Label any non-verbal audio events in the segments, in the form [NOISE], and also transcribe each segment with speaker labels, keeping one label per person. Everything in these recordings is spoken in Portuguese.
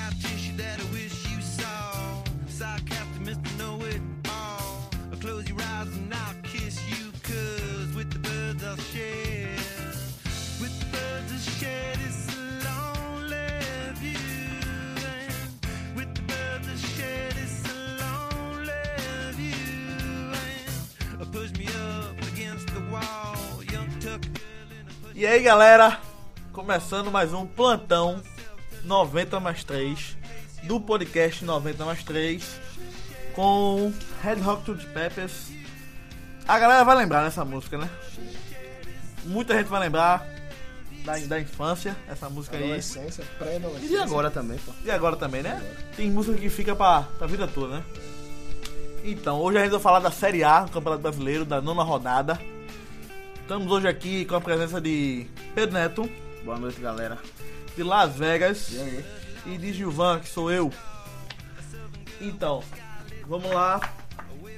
Speaker 1: that I wish you saw. Sarcastic, Mr. Know It All. I'll close your eyes and I'll kiss you, cause with the birds I'll share. With the birds I'll share this lonely view. And with the birds I'll share this lonely view. And push me up against the wall. Young Tuck girl in a push
Speaker 2: E aí galera, começando mais um plantão 90 mais 3 do podcast 90 mais 3 com Red Hot Chili Peppers. A galera vai lembrar dessa música, né? Muita gente vai lembrar da, da infância, essa música aí.
Speaker 3: Adolescência, pré-adolescência.
Speaker 4: É E agora também, pô.
Speaker 2: E agora também, né? Tem música que fica pra, pra vida toda, né? Então, hoje a gente vai falar da Série A do Campeonato Brasileiro, da nona rodada. Estamos hoje aqui com a presença de Pedro Neto,
Speaker 4: Boa noite, galera.
Speaker 2: de Las Vegas
Speaker 3: E aí?
Speaker 2: e de Gilvan, que sou eu. Então, vamos lá.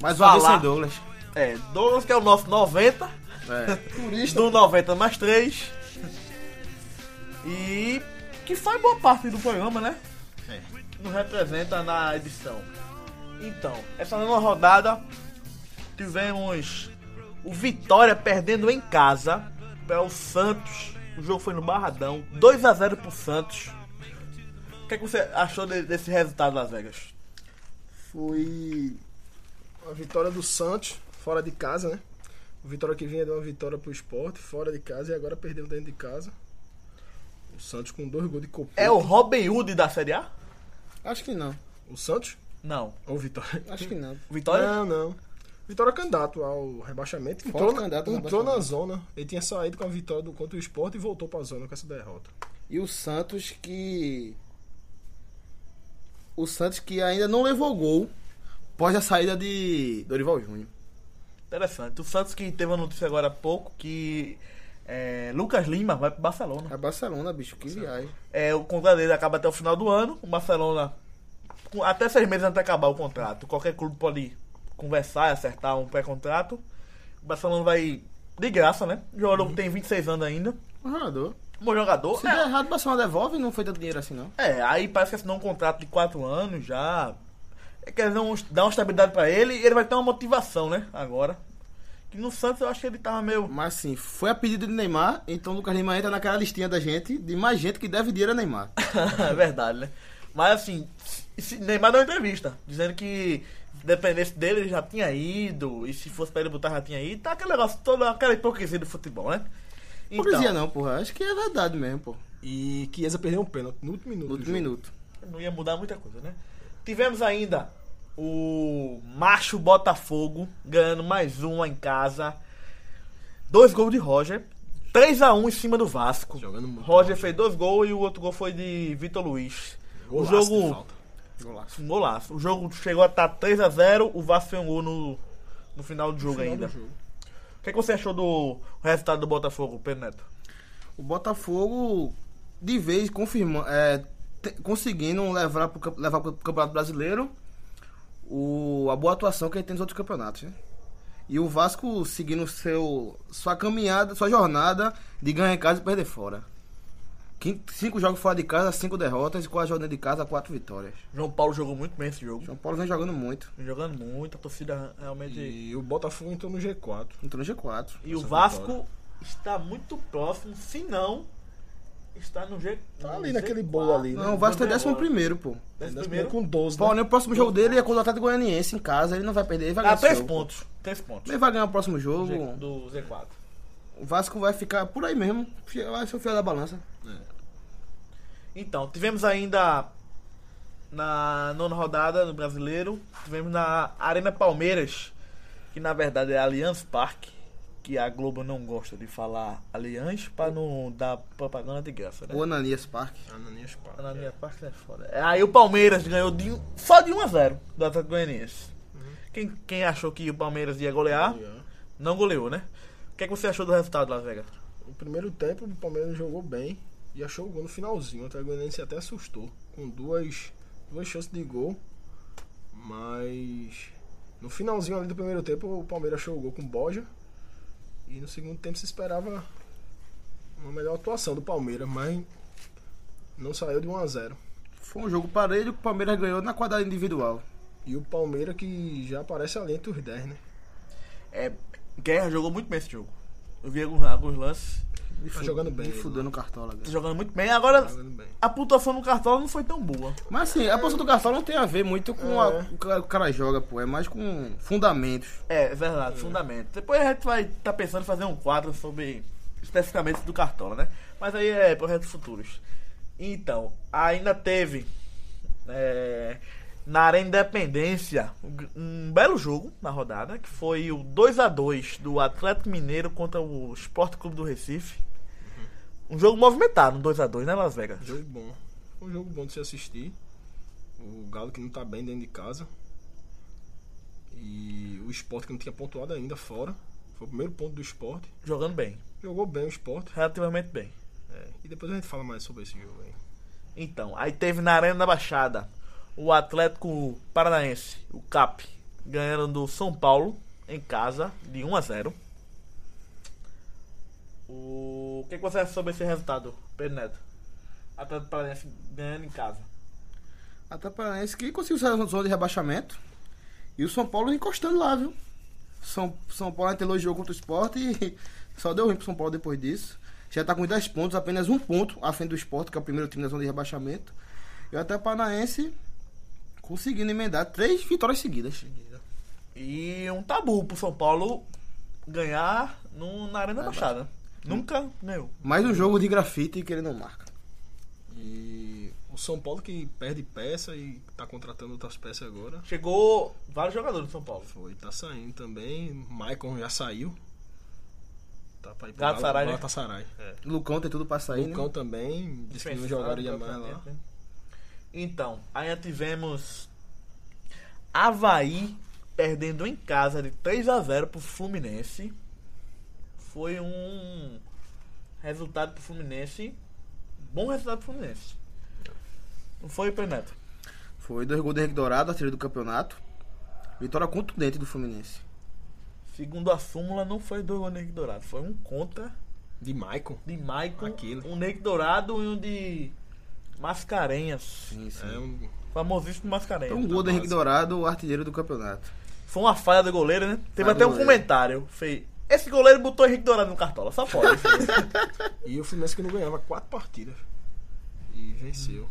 Speaker 4: Mais uma vez
Speaker 2: Falar.
Speaker 4: sem Douglas.
Speaker 2: É, Douglas, que é o nosso 90,
Speaker 4: É.
Speaker 3: [LAUGHS] Turista.
Speaker 2: do 90 mais 3. E que faz boa parte do programa, né?
Speaker 4: É.
Speaker 2: nos representa na edição. Então, essa nova rodada tivemos o Vitória perdendo em casa para o Santos. O jogo foi no Barradão, 2 a 0 pro Santos. O que, é que você achou de- desse resultado, Las Vegas?
Speaker 3: Foi a vitória do Santos, fora de casa, né? O Vitória que vinha deu uma vitória pro esporte, fora de casa, e agora perdeu dentro de casa. O Santos com dois gols de copo.
Speaker 2: É o Robin Hood da Série A?
Speaker 4: Acho que não.
Speaker 3: O Santos?
Speaker 2: Não.
Speaker 3: Ou o Vitória?
Speaker 4: Acho que não.
Speaker 2: O Vitória?
Speaker 3: Não, não. Vitória é candidato ao rebaixamento.
Speaker 4: Forte
Speaker 3: Entrou, na-
Speaker 4: candidato ao
Speaker 3: entrou na
Speaker 4: rebaixamento.
Speaker 3: zona. Ele tinha saído com a vitória do, contra o esporte e voltou pra zona com essa derrota.
Speaker 4: E o Santos que. O Santos que ainda não levou gol após a saída de Dorival Júnior.
Speaker 2: Interessante. O Santos que teve uma notícia agora há pouco que é, Lucas Lima vai pro Barcelona.
Speaker 4: A É Barcelona, bicho, que viagem.
Speaker 2: É, o contrato dele acaba até o final do ano. O Barcelona, com- até seis meses antes de acabar o contrato, qualquer clube pode conversar e acertar um pré-contrato. O Barcelona vai de graça, né? O jogador tem 26 anos ainnder.
Speaker 4: O jogador.
Speaker 2: Bom jogador.
Speaker 4: Se der errado, o Barcelona devolve não foi tanto dinheiro assim, não.
Speaker 2: É, aí parece que assinou um contrato de quatro anos já. É, Quer dar um- dar uma estabilidade pra ele e ele vai ter uma motivação, né? Agora. Que no Santos eu acho que ele tava meio.
Speaker 4: Mas sim, foi a pedido de Neymar, então o Lucas Lima entra naquela listinha da gente, de mais gente que deve dinheiro a Neymar.
Speaker 2: é [LAUGHS] verdade, né? Mas assim, se- Neymar deu uma entrevista, dizendo que dependesse dele, ele já tinha ido, e se fosse pra ele botar, já tinha ido. Tá aquele negócio todo, aquela hipocrisia do futebol, né? Então,
Speaker 4: Hipocrisia não, porra. Acho que é verdade mesmo, pô.
Speaker 3: E Chiesa perdeu um pênalti no último minuto.
Speaker 4: No
Speaker 3: do
Speaker 4: último
Speaker 3: jogo.
Speaker 4: minuto.
Speaker 2: não ia mudar muita coisa, né? Tivemos ainda o Macho Botafogo ganhando mais uma em casa. Dois gols de Roger. 3x1 em cima do Vasco.
Speaker 3: Jogando muito.
Speaker 2: Roger fez dois gols e o outro gol foi de Vitor Luiz.
Speaker 3: Golaço
Speaker 2: o
Speaker 3: de
Speaker 2: jogo
Speaker 3: falta.
Speaker 4: Golaço.
Speaker 2: Um golaço. O jogo chegou a estar 3x0, o Vasco fez um gol no, no final do jogo
Speaker 3: Final do
Speaker 2: ainda.
Speaker 3: jogo.
Speaker 2: O que, é que você achou do resultado do Botafogo, Pedro Neto?
Speaker 4: O Botafogo, de vez, confirma, é, te- conseguindo levar pro, camp- levar pro Campeonato Brasileiro o, a boa atuação que ele tem nos outros campeonatos, né? E o Vasco seguindo seu, sua caminhada, sua jornada de ganhar em casa e perder fora. Quin- cinco jogos fora de casa, cinco derrotas, e quatro jogos dentro de casa, quatro vitórias.
Speaker 2: João Paulo jogou muito bem esse jogo.
Speaker 4: São Paulo vem jogando muito.
Speaker 2: Vem Jogando muito, a torcida realmente. E,
Speaker 3: E o Botafogo entrou no G4.
Speaker 4: Entrou no G4.
Speaker 2: o
Speaker 3: Essa
Speaker 2: Vasco
Speaker 3: vitória.
Speaker 2: está muito próximo, se não, está no G.
Speaker 3: Tá
Speaker 2: no
Speaker 3: ali naquele
Speaker 2: G4.
Speaker 3: bolo ali, né?
Speaker 4: Não, o Vasco é
Speaker 2: Também
Speaker 4: décimo
Speaker 2: agora.
Speaker 4: primeiro, pô.
Speaker 2: Décimo
Speaker 3: Ainda
Speaker 2: primeiro.
Speaker 3: com 12, né?
Speaker 4: Paulo, o próximo jogo dele é contra o Atlético Goianiense em casa, ele não vai perder, ele vai
Speaker 2: Ah,
Speaker 4: ganhar esse
Speaker 2: três
Speaker 4: jogo, pô.
Speaker 2: pontos. Três pontos.
Speaker 4: Ele vai ganhar o próximo jogo.
Speaker 2: G- Do Z4.
Speaker 4: O Vasco vai ficar por aí mesmo. Vai ser o fiel da balança.
Speaker 2: Então, tivemos ainda na nona rodada no Brasileiro, tivemos na Arena Palmeiras, que na verdade é Allianz Parque, que a Globo não gosta de falar Allianz para não dar propaganda de graça, né?
Speaker 4: O Ananias Park.
Speaker 3: Ananias Pato.
Speaker 2: Na minha parte é foda. Aí o Palmeiras ganhou de um- só de 1 a 0 do Atlético Goianiense. Quem, quem achou que o Palmeiras ia golear, não goleou, né? O que, é que você achou do resultado, Las Vegas?
Speaker 3: O primeiro tempo o Palmeiras jogou bem e achou o gol no finalzinho. O Atlético Goianiense até assustou com duas, duas chances de gol. Mas no finalzinho ali do primeiro tempo o Palmeiras achou o gol com Boja. E no segundo tempo se esperava uma melhor atuação do Palmeiras, mas não saiu de 1 a 0.
Speaker 4: Foi um jogo parelho que o Palmeiras ganhou na quadrada individual.
Speaker 3: E o Palmeiras que já aparece ali entre os 10, né?
Speaker 2: É, Guerra jogou muito bem esse jogo. Eu vi alguns, alguns lances.
Speaker 4: Me
Speaker 3: Tá jogando bem,
Speaker 4: Me
Speaker 3: né?
Speaker 4: fudeu no Cartola,
Speaker 2: Tá
Speaker 4: velho.
Speaker 2: jogando muito bem. Agora,
Speaker 3: Jogando bem.
Speaker 2: a pontuação no Cartola não foi tão boa.
Speaker 4: Mas assim, a posição do Cartola não tem a ver muito com a-
Speaker 3: É.
Speaker 4: o que o cara joga, pô. É mais com fundamentos.
Speaker 2: É, é verdade, fundamento. Depois a gente vai estar pensando em fazer um quadro sobre especificamente do Cartola, né? Mas aí é projetos futuros. Então, ainda teve é, na Arena Independência um- um belo jogo na rodada, que foi o 2 a 2 do Atlético Mineiro contra o Sport Clube do Recife. Um jogo movimentado, um 2 a 2 né, Las Vegas?
Speaker 3: Jogo bom. Um jogo bom de se assistir. O Galo que não tá bem dentro de casa. E o esporte que não tinha pontuado ainda fora. Foi o primeiro ponto do esporte.
Speaker 2: Jogando bem,
Speaker 3: Jogou bem o esporte.
Speaker 2: relativamente bem.
Speaker 3: É. E depois a gente fala mais sobre esse jogo aí.
Speaker 2: Então, aí teve na Arena da Baixada o Atlético Paranaense, o CAP, ganhando do São Paulo em casa de 1 a 0. O, o que, que você acha sobre esse resultado, Pedro Neto? Atlético Paranaense ganhando em casa.
Speaker 4: Até parece que conseguiu sair da zona de rebaixamento. E o São Paulo encostando lá, viu? São, São Paulo até elogiou contra o esporte e [LAUGHS] só deu ruim pro São Paulo depois disso. Já tá com 10 pontos, apenas um ponto à frente do esporte, que é o primeiro time da zona de rebaixamento. E até Paranaense conseguindo emendar três vitórias seguidas.
Speaker 2: E um tabu pro São Paulo ganhar no, na Arena da Baixada. Nunca ganhou.
Speaker 4: Mais um jogo de grafite que ele não marca.
Speaker 3: E o São Paulo que perde peça e tá contratando outras peças agora.
Speaker 2: Chegou vários jogadores do São Paulo.
Speaker 3: Foi, tá saindo também. Maicon já saiu. Tá pra ir pro
Speaker 2: Galatasaray, né?
Speaker 3: Galatasaray. É.
Speaker 4: Lucão tem tudo pra sair,
Speaker 3: Lucão
Speaker 4: né?
Speaker 3: também, disse que não jogaria mais lá.
Speaker 2: Então, aí tivemos Havaí perdendo em casa de 3 a 0 pro Fluminense. Foi um resultado pro Fluminense. Bom resultado pro Fluminense. Não foi, Peneto?
Speaker 4: Foi dois gols do Henrique Dourado, artilheiro do campeonato. Vitória contundente do Fluminense.
Speaker 2: Segundo a súmula, não foi do Negro Dourado. Foi um contra
Speaker 3: De Maicon?
Speaker 2: de Maicon,
Speaker 3: Aquilo.
Speaker 2: um Negro Dourado e um de Mascarenhas.
Speaker 4: Sim, sim.
Speaker 3: É um.
Speaker 2: Famosíssimo Mascarenhas.
Speaker 4: Um gol do
Speaker 3: Tá
Speaker 4: Henrique
Speaker 3: massa.
Speaker 4: Dourado, artilheiro do campeonato.
Speaker 2: Foi uma falha do goleiro, né? Teve
Speaker 4: Falha
Speaker 2: até
Speaker 4: do
Speaker 2: um
Speaker 4: goleiro.
Speaker 2: comentário. Fez. Esse goleiro botou Henrique Dourado no cartola, só
Speaker 4: [LAUGHS]
Speaker 2: pode.
Speaker 3: E o Fluminense que não ganhava quatro partidas. E venceu.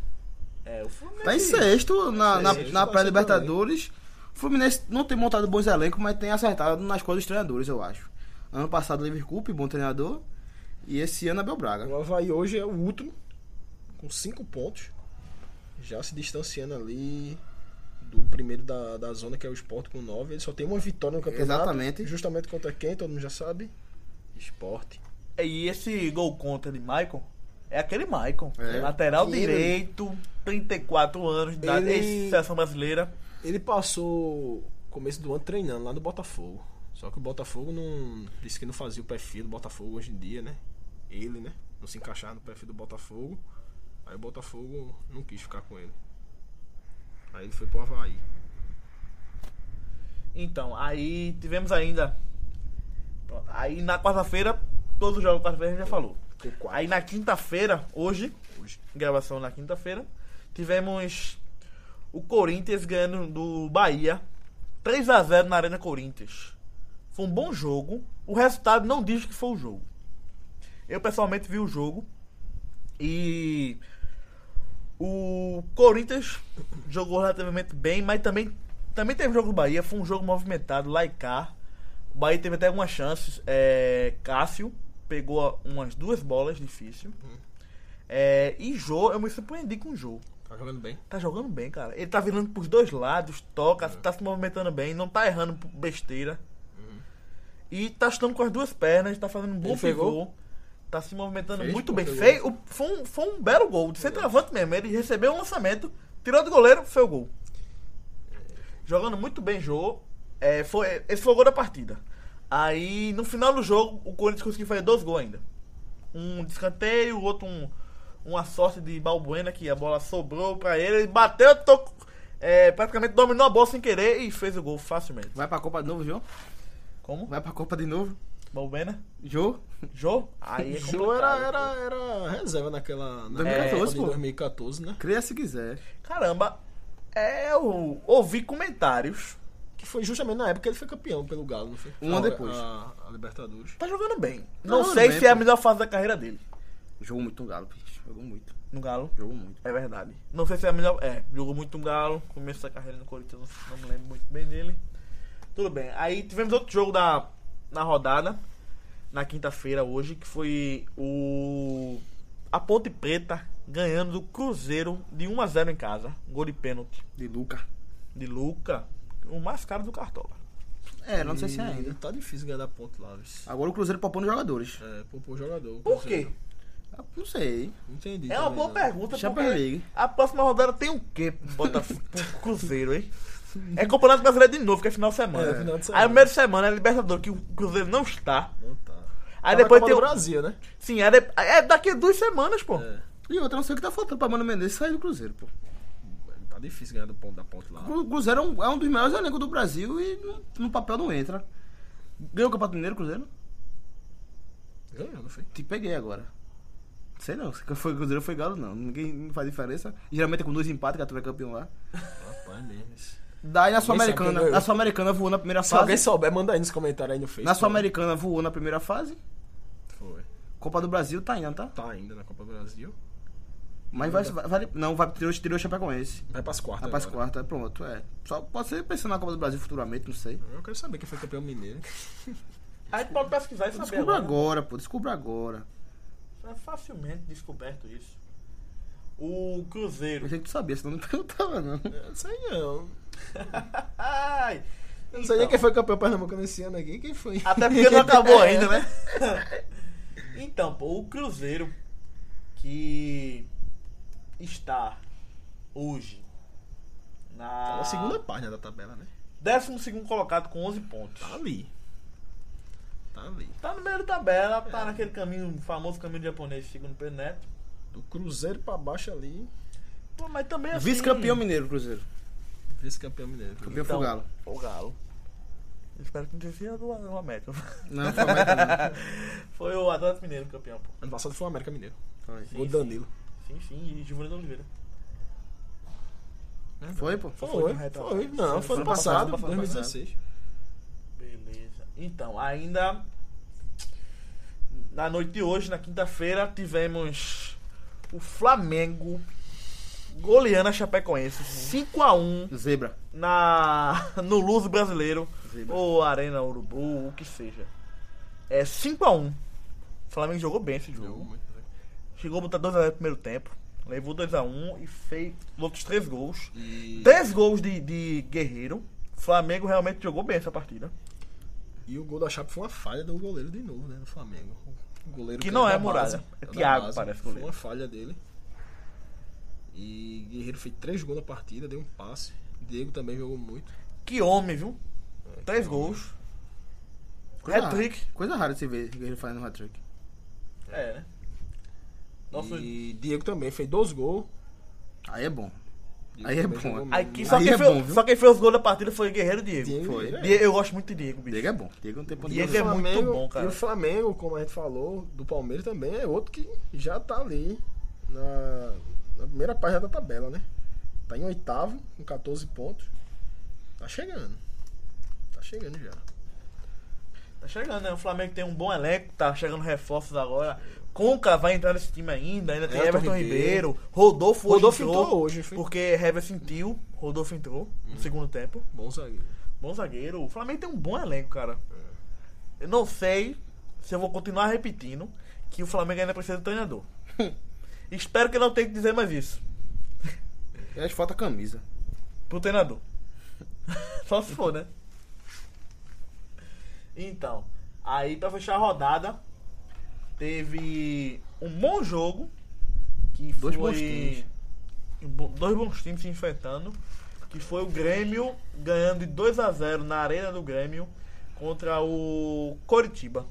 Speaker 2: é, o Fluminense.
Speaker 4: Tá em sexto na, na,
Speaker 3: sexto,
Speaker 4: na
Speaker 3: tá
Speaker 4: pré-libertadores. O Fluminense não tem montado bons elencos, mas tem acertado nas coisas dos treinadores, eu acho. Ano passado, Liverpool, bom treinador. E esse ano, Abel Braga.
Speaker 3: O Havaí hoje é o último, com cinco pontos. Já se distanciando ali do primeiro da, da zona, que é o Sport com nove. Ele só tem uma vitória no campeonato.
Speaker 4: Exatamente.
Speaker 3: Justamente contra quem, todo mundo já sabe. Sport.
Speaker 2: É, E esse gol contra de Maicon é aquele Maicon.
Speaker 4: É.
Speaker 2: Lateral
Speaker 3: Aquilo.
Speaker 2: direito, 34 anos de idade,
Speaker 3: Ele-
Speaker 2: ex-seleção brasileira.
Speaker 3: Ele passou começo do ano treinando lá no Botafogo. Só que o Botafogo não. disse que não fazia o perfil do Botafogo hoje em dia, né? Ele, né? Não se encaixava no perfil do Botafogo. Aí o Botafogo não quis ficar com ele. Aí ele foi pro Havaí.
Speaker 2: Então, aí tivemos ainda. Pronto, Aí na quarta-feira, todos os jogos da quarta-feira a gente já falou.
Speaker 3: Ficou quatro
Speaker 2: Aí na quinta-feira, hoje,
Speaker 3: hoje.
Speaker 2: gravação na quinta-feira. Tivemos o Corinthians ganhando do Bahia 3 a 0 na Arena Corinthians. Foi um bom jogo. O resultado não diz que foi o jogo. Eu pessoalmente vi o jogo e o Corinthians jogou relativamente bem, mas também também teve jogo do Bahia, foi um jogo movimentado lá e cá. O Bahia teve até algumas chances. É, Cássio pegou umas duas bolas difícil. É, e Jô, eu me surpreendi com o Jô.
Speaker 3: Tá jogando bem.
Speaker 2: Tá jogando bem, cara. Ele tá virando pros dois lados,
Speaker 3: É.
Speaker 2: toca, tá se movimentando bem, não tá errando por besteira. E tá chutando com as duas pernas, tá fazendo um bom
Speaker 3: Uhum. Ele pegou?
Speaker 2: pivô. Tá se movimentando
Speaker 3: Fez,
Speaker 2: muito
Speaker 3: pô,
Speaker 2: bem.
Speaker 3: pegou.
Speaker 2: Fez, o- foi, um, foi um belo gol, de centroavante mesmo. Ele recebeu um lançamento, tirou do goleiro, foi o gol.
Speaker 3: É.
Speaker 2: Jogando muito bem Jô. É, foi, esse foi o gol da partida. Aí, no final do jogo, o Corinthians conseguiu fazer dois gols ainda. Um de escanteio, o outro um, uma sorte de Balbuena, que a bola sobrou pra ele. Ele bateu, tocou, é, praticamente dominou a bola sem querer e fez o gol facilmente.
Speaker 4: Vai pra Copa de novo, João?
Speaker 2: Como?
Speaker 4: Vai pra Copa de novo?
Speaker 2: Balbena?
Speaker 4: Jô?
Speaker 2: Jô? Aí é
Speaker 3: Jô era,
Speaker 2: complicado,
Speaker 3: era, era reserva naquela. Na
Speaker 4: 2014,
Speaker 3: Copa de
Speaker 4: pô.
Speaker 3: 2014, né?
Speaker 4: Cria se quiser.
Speaker 2: Caramba, é, eu ouvi comentários.
Speaker 3: Que foi justamente na época que ele foi campeão pelo Galo, não foi?
Speaker 4: Um ano
Speaker 3: A-
Speaker 4: depois.
Speaker 3: A, a Libertadores.
Speaker 2: Tá jogando bem. Não,
Speaker 4: Jogando
Speaker 2: sei
Speaker 4: bem,
Speaker 2: se é a
Speaker 4: pô.
Speaker 2: melhor fase da carreira dele
Speaker 4: Jogou muito no Galo, bicho. Jogou muito.
Speaker 2: no Galo.
Speaker 4: Jogou muito.
Speaker 2: É verdade. Não sei se é a melhor. É, jogou muito no Galo. Começo da carreira no Corinthians, não- não me lembro muito bem dele. Tudo bem. Aí tivemos outro jogo da, na rodada, na quinta-feira hoje, que foi o. A Ponte Preta ganhando do Cruzeiro de 1x0 em casa. Gol de pênalti
Speaker 4: De Luca.
Speaker 2: de Luca, o mais caro do Cartola.
Speaker 4: É, não sei se é
Speaker 3: E
Speaker 4: ainda.
Speaker 3: Tá difícil ganhar da ponte lá, viu?
Speaker 4: Agora o Cruzeiro poupando jogadores.
Speaker 3: É, poupou o jogador. o
Speaker 2: Por quê?
Speaker 3: Cruzeiro.
Speaker 4: Ah, Não sei.
Speaker 3: Entendi.
Speaker 2: É uma
Speaker 3: também,
Speaker 2: boa
Speaker 3: né?
Speaker 2: pergunta,
Speaker 4: Champions
Speaker 2: porque
Speaker 4: League.
Speaker 2: a próxima rodada tem o quê pro Botafogo, pro [LAUGHS] Cruzeiro, hein? É Campeonato Brasileiro de novo, que é final de semana.
Speaker 3: É, final de semana.
Speaker 2: Aí a primeira semana é Libertadores, que o Cruzeiro não está.
Speaker 3: Não tá.
Speaker 2: Aí
Speaker 3: Tá na
Speaker 2: depois
Speaker 3: Copa
Speaker 2: tem
Speaker 3: do
Speaker 2: o...
Speaker 3: Brasil, né?
Speaker 2: Sim, aí de- é daqui a duas semanas, pô.
Speaker 3: É.
Speaker 4: E outra, não sei o que tá faltando pra Mano Menezes sair do Cruzeiro, pô.
Speaker 3: Tá difícil ganhar do ponto da ponte lá.
Speaker 4: O Cruzeiro é um, é um dos melhores elencos do Brasil e no, no papel não entra. Ganhou o Campeonato Mineiro, Cruzeiro?
Speaker 3: Ganhou, não foi?
Speaker 4: Te peguei agora. Sei não, se foi Cruzeiro ou foi Galo, não. Ninguém não faz diferença. Geralmente é com dois empates que a turma é campeão lá.
Speaker 3: Rapaz, é mesmo. esse.
Speaker 4: Daí na
Speaker 3: sabe
Speaker 4: Sul-Americana.
Speaker 3: quem ganhou.
Speaker 4: Na Sul-Americana voou na primeira
Speaker 3: Se alguém né?
Speaker 4: fase.
Speaker 3: souber, manda aí nos comentários aí no Facebook.
Speaker 4: Na Sul-Americana voou na primeira fase.
Speaker 3: Foi.
Speaker 4: Copa do Brasil tá indo, tá?
Speaker 3: Tá ainda na Copa do Brasil.
Speaker 4: Mas vai,
Speaker 3: Uhum.
Speaker 4: vai, vai- não, vai tirou, tirou o Chapecoense.
Speaker 3: Vai pras quartas.
Speaker 4: Vai pras
Speaker 3: agora.
Speaker 4: quartas, pronto, é. Só pode ser pensando na Copa do Brasil futuramente, não sei.
Speaker 3: Eu quero saber quem foi campeão mineiro.
Speaker 2: Aí tu pode pesquisar e saber
Speaker 4: Descubra
Speaker 3: né?
Speaker 2: agora.
Speaker 4: agora, pô, descubra agora.
Speaker 2: É facilmente descoberto isso. O Cruzeiro.
Speaker 4: Eu achei que tu sabia, senão não [LAUGHS] perguntava, não.
Speaker 3: Eu não sei não.
Speaker 2: Ai! então.
Speaker 3: Eu não sei nem quem foi campeão pernambucano esse ano aqui. Quem foi?
Speaker 2: Até porque não acabou [LAUGHS] ainda, né? então, pô, o Cruzeiro que está hoje
Speaker 3: Tá
Speaker 2: na
Speaker 3: na segunda página da tabela, né?
Speaker 2: 12 colocado com 11 pontos.
Speaker 3: Tá ali. Tá ali.
Speaker 2: Tá no meio da tabela, tá naquele caminho, famoso caminho japonês, segundo o Pedro Neto.
Speaker 3: Do Cruzeiro pra baixo ali.
Speaker 2: Pô, mas também assim,
Speaker 4: Vice-campeão mineiro, Cruzeiro.
Speaker 3: Vice-campeão mineiro.
Speaker 4: Campeão
Speaker 2: Então.
Speaker 4: foi o Galo.
Speaker 2: O Galo. Eu espero que não tenha sido o América.
Speaker 4: Não, foi o América,
Speaker 2: Foi o Atlético Mineiro campeão, pô.
Speaker 3: Ano passado foi o América Mineiro.
Speaker 4: não. Foi.
Speaker 3: Gol do Danilo.
Speaker 2: Sim, sim, e Giovanni Oliveira.
Speaker 4: Foi, pô.
Speaker 2: Foi,
Speaker 3: Foi,
Speaker 2: foi,
Speaker 3: foi.
Speaker 2: foi.
Speaker 3: Não, foi ano
Speaker 4: Ano passado,
Speaker 3: passado,
Speaker 4: ano passado,
Speaker 3: 2016.
Speaker 2: Beleza. Então, ainda na noite de hoje, na quinta-feira, tivemos o Flamengo goleando a Chapecoense 5x1
Speaker 4: Zebra.
Speaker 2: na, no Luso Brasileiro,
Speaker 4: Zebra.
Speaker 2: ou Arena Urubu, o que seja. É 5x1. O Flamengo jogou bem esse
Speaker 3: Jogou
Speaker 2: jogo.
Speaker 3: muito, né?
Speaker 2: Chegou a botar 2x0 no primeiro tempo, levou 2x1 e fez outros 3 gols.
Speaker 3: E,
Speaker 2: 10 gols de, de Guerreiro. O Flamengo realmente jogou bem essa partida.
Speaker 3: e o gol da Chape foi uma falha do goleiro de novo, né? Do Flamengo. O goleiro
Speaker 2: Que
Speaker 3: é
Speaker 2: não é
Speaker 3: da
Speaker 2: Muralha,
Speaker 3: base,
Speaker 2: é
Speaker 3: da
Speaker 2: Thiago,
Speaker 3: base.
Speaker 2: parece,
Speaker 3: Foi
Speaker 2: goleiro.
Speaker 3: uma falha dele. E Guerreiro fez três gols na partida, deu um passe. Diego também jogou muito.
Speaker 2: Que homem, viu? Três gols.
Speaker 4: Coisa
Speaker 2: Hat-trick.
Speaker 4: rara. Coisa rara de se ver ele fazendo um hat-trick.
Speaker 2: É, né? Nossa,
Speaker 3: E Diego também fez dois gols.
Speaker 4: Aí é bom.
Speaker 3: Diego
Speaker 4: Aí é
Speaker 3: também
Speaker 4: bom,
Speaker 3: jogou
Speaker 4: é.
Speaker 3: muito.
Speaker 2: aí que só,
Speaker 4: Aí
Speaker 2: quem
Speaker 4: é
Speaker 2: fez,
Speaker 4: bom, viu?
Speaker 2: só quem fez os gols da partida foi o Guerreiro e Diego.
Speaker 3: Diego, é
Speaker 4: Foi.
Speaker 3: Guerreiro,
Speaker 2: Die- Eu gosto muito de Diego, bicho.
Speaker 4: Diego é bom. Diego não tem ponto
Speaker 2: Diego
Speaker 4: de
Speaker 2: é
Speaker 4: falar.
Speaker 2: muito
Speaker 3: Flamengo-
Speaker 2: bom, cara.
Speaker 3: E o Flamengo, como a gente falou, do Palmeiras também, é outro que já tá ali na, na primeira página da tabela, né? Tá em oitavo, com 14 pontos. Tá chegando. Tá chegando já.
Speaker 2: Tá chegando, né? O Flamengo tem um bom elenco, tá chegando reforços agora. Conca vai entrar nesse time ainda, ainda tem
Speaker 3: Everton
Speaker 2: Everton Ribeiro,
Speaker 3: Ribeiro.
Speaker 2: Rodolfo hoje
Speaker 3: Rodolfo
Speaker 2: entrou,
Speaker 3: entrou hoje, foi.
Speaker 2: porque Hever sentiu, Rodolfo entrou no segundo tempo.
Speaker 3: Bom zagueiro.
Speaker 2: Bom zagueiro. O Flamengo tem um bom elenco, cara. Eu não sei se eu vou continuar repetindo que o Flamengo ainda precisa de treinador. Espero que eu não tenha que dizer mais isso
Speaker 3: é-
Speaker 4: Eu acho que falta camisa.
Speaker 2: pro treinador. [LAUGHS] Só se for, né? Então, aí pra fechar a rodada, teve um bom jogo. Que
Speaker 4: Dois
Speaker 2: foi
Speaker 4: bons times.
Speaker 2: um bo- Dois bons times se enfrentando. Que foi o Grêmio ganhando de 2 a 0 na arena do Grêmio contra o Coritiba.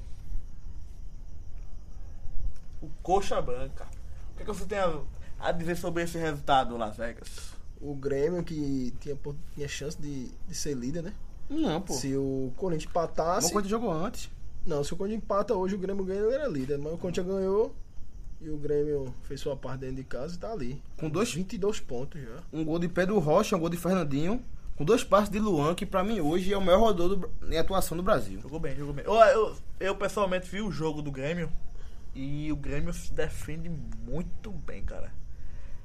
Speaker 2: O Coxa Branca. O que, é que você tem a, a dizer sobre esse resultado, Las Vegas?
Speaker 3: O Grêmio que tinha, po- tinha chance de, de ser líder, né?
Speaker 4: Não, pô.
Speaker 3: Se o Corinthians
Speaker 4: Uma
Speaker 3: empatasse,
Speaker 4: coisa jogou antes.
Speaker 3: Não, se o Conde empata hoje, o Grêmio ganha, ele era líder. Mas o Conde já ganhou e o Grêmio fez sua parte dentro de casa e tá ali.
Speaker 4: Com dois-
Speaker 3: 22 pontos já.
Speaker 4: Um gol de Pedro Rocha, um gol de Fernandinho, com dois passes de Luan, que pra mim hoje é o melhor rodador do- em atuação do Brasil.
Speaker 2: Jogou bem, jogou bem. Eu, eu, eu, pessoalmente vi o jogo do Grêmio e o Grêmio se defende muito bem, cara.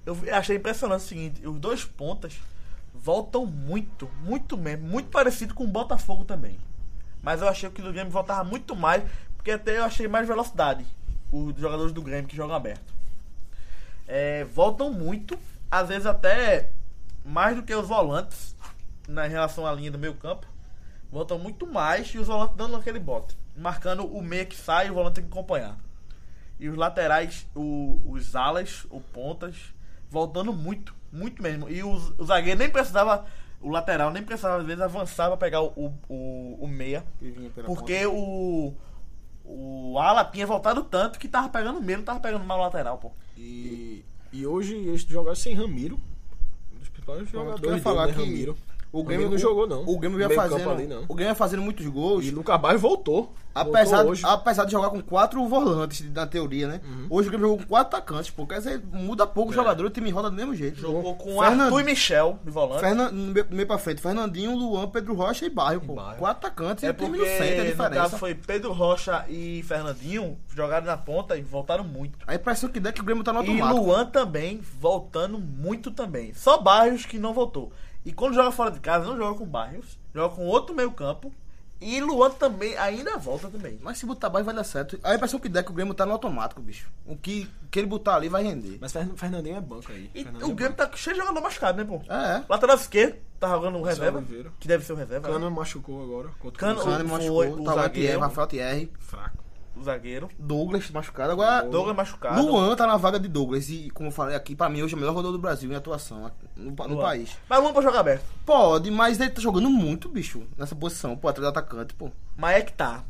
Speaker 2: Eu vi- achei impressionante o seguinte, os dois pontas voltam muito, muito mesmo, muito parecido com o Botafogo também. Mas eu achei que o do Grêmio voltava muito mais, porque até eu achei mais velocidade os jogadores do Grêmio que jogam aberto. É, voltam muito, às vezes até mais do que os volantes na em relação à linha do meio campo. Voltam muito mais e os volantes dando aquele bote. Marcando o meia que sai e o volante tem que acompanhar. E os laterais, o- os alas, o pontas, voltando muito, muito mesmo. E o, o zagueiro nem precisava, o lateral nem precisava, às vezes, avançar pra pegar o, o, o- o meia. Porque o, o ala tinha voltado tanto que tava pegando o meia, não tava pegando mais o lateral, pô.
Speaker 3: E, e hoje eles jogaram sem Ramiro. Um dos principais
Speaker 4: Pronto,
Speaker 3: jogadores
Speaker 4: eu ia
Speaker 3: dele,
Speaker 4: falar
Speaker 3: né,
Speaker 4: que
Speaker 3: Ramiro.
Speaker 4: o Grêmio
Speaker 3: Ramiro não
Speaker 4: o-
Speaker 3: jogou, não.
Speaker 4: O Grêmio ia
Speaker 3: Meio campo
Speaker 4: fazendo,
Speaker 3: ali, não.
Speaker 4: o Grêmio ia fazendo muitos gols.
Speaker 3: E Lucas Barros voltou.
Speaker 4: Apesar,
Speaker 3: voltou hoje.
Speaker 4: apesar de jogar com quatro volantes, na teoria, né?
Speaker 2: Uhum.
Speaker 4: Hoje o Grêmio jogou com quatro atacantes, pô. Quer dizer, muda pouco o jogador, o time roda do mesmo jeito.
Speaker 2: É. Jogou com
Speaker 4: Fernand-
Speaker 2: Arthur e Michel de volante.
Speaker 4: Fernan... no meio, no meio pra frente, Fernandinho, Luan, Pedro Rocha e Barrio, pô.
Speaker 3: Barrio.
Speaker 4: Quatro atacantes e
Speaker 2: É
Speaker 4: o time
Speaker 2: porque
Speaker 4: não sente a
Speaker 2: no caso
Speaker 4: diferença.
Speaker 2: foi Pedro Rocha e Fernandinho jogaram na ponta e voltaram muito.
Speaker 4: A impressão que dá é que o Grêmio tá no
Speaker 2: E
Speaker 4: automático.
Speaker 2: Luan também, voltando muito também. Só Barrios que não voltou. E quando joga fora de casa, não joga com Barrios, joga com outro meio campo. E Luan também ainda volta também.
Speaker 4: Mas se botar baixo vai dar certo. A impressão que dá é que o Grêmio tá no automático, bicho. O que, que ele botar ali vai render.
Speaker 3: Mas Fern- Fernandinho é banco aí.
Speaker 2: E
Speaker 3: Fernandinho
Speaker 2: o
Speaker 3: é
Speaker 2: Grêmio tá cheio de jogador machucado, né, pô?
Speaker 4: É, é.
Speaker 2: Lateral esquerdo, tá jogando o
Speaker 3: Marcelo
Speaker 2: reserva.
Speaker 3: Oliveira.
Speaker 2: Que deve ser o
Speaker 4: tá-
Speaker 2: reserva.
Speaker 3: Cana
Speaker 2: né?
Speaker 3: machucou agora. contra o
Speaker 2: Cano-
Speaker 3: Cruzeiro.
Speaker 4: Sane
Speaker 2: foi o
Speaker 4: machucou, tá o
Speaker 2: zagueiro.
Speaker 4: Thierry, Rafael Thierry,
Speaker 3: Fraco.
Speaker 2: O zagueiro.
Speaker 4: Douglas machucado. Agora,
Speaker 2: Douglas machucado.
Speaker 4: Luan tá na vaga de Douglas. E, como eu falei aqui, pra mim hoje é o melhor jogador do Brasil em atuação no, pa- no
Speaker 2: Luan.
Speaker 4: país.
Speaker 2: Mas Luan pra jogar aberto.
Speaker 4: Pode, mas ele tá jogando muito, bicho, nessa posição, pô, atrás do atacante, pô.
Speaker 2: Mas é que tá.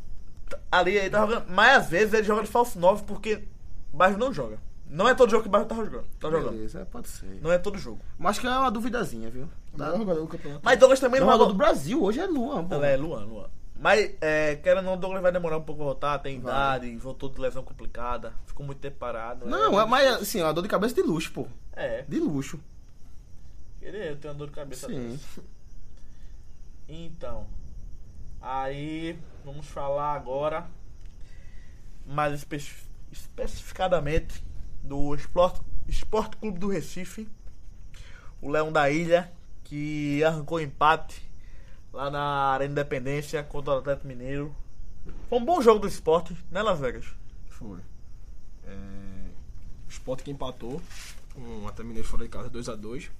Speaker 2: T- Ali ele tá jogando. Mas às vezes ele joga de falso 9 porque Barrios não joga. Não é todo jogo que Barrios tá jogando. Tá jogando.
Speaker 4: Beleza, é, pode ser.
Speaker 2: Não é todo jogo.
Speaker 4: Mas acho que é uma duvidazinha, viu?
Speaker 3: O melhor jogador do campeonato.
Speaker 2: Mas Douglas também
Speaker 4: O
Speaker 2: não,
Speaker 4: jogador
Speaker 2: vai
Speaker 4: do Brasil hoje é Luan, pô.
Speaker 2: Ela é Luan, Luan. Mas, é, querendo ou não, Douglas vai demorar um pouco pra voltar, tem
Speaker 4: Vai.
Speaker 2: idade, voltou de lesão complicada, ficou muito tempo parado. né?
Speaker 4: Não, é, mas assim, é uma dor de cabeça de luxo, pô.
Speaker 2: É,
Speaker 4: De luxo.
Speaker 2: ele é, eu tenho uma dor de cabeça
Speaker 4: Sim.
Speaker 2: dessa. Então, aí vamos falar agora mais espe- especificadamente do Esporte, Esporte Clube do Recife, o Leão da Ilha, que arrancou empate lá na Arena Independência contra o Atlético Mineiro. Foi um bom jogo do esporte, né, Las Vegas?
Speaker 3: Foi. É, o Sport que empatou com o até Mineiro fora de casa 2x2.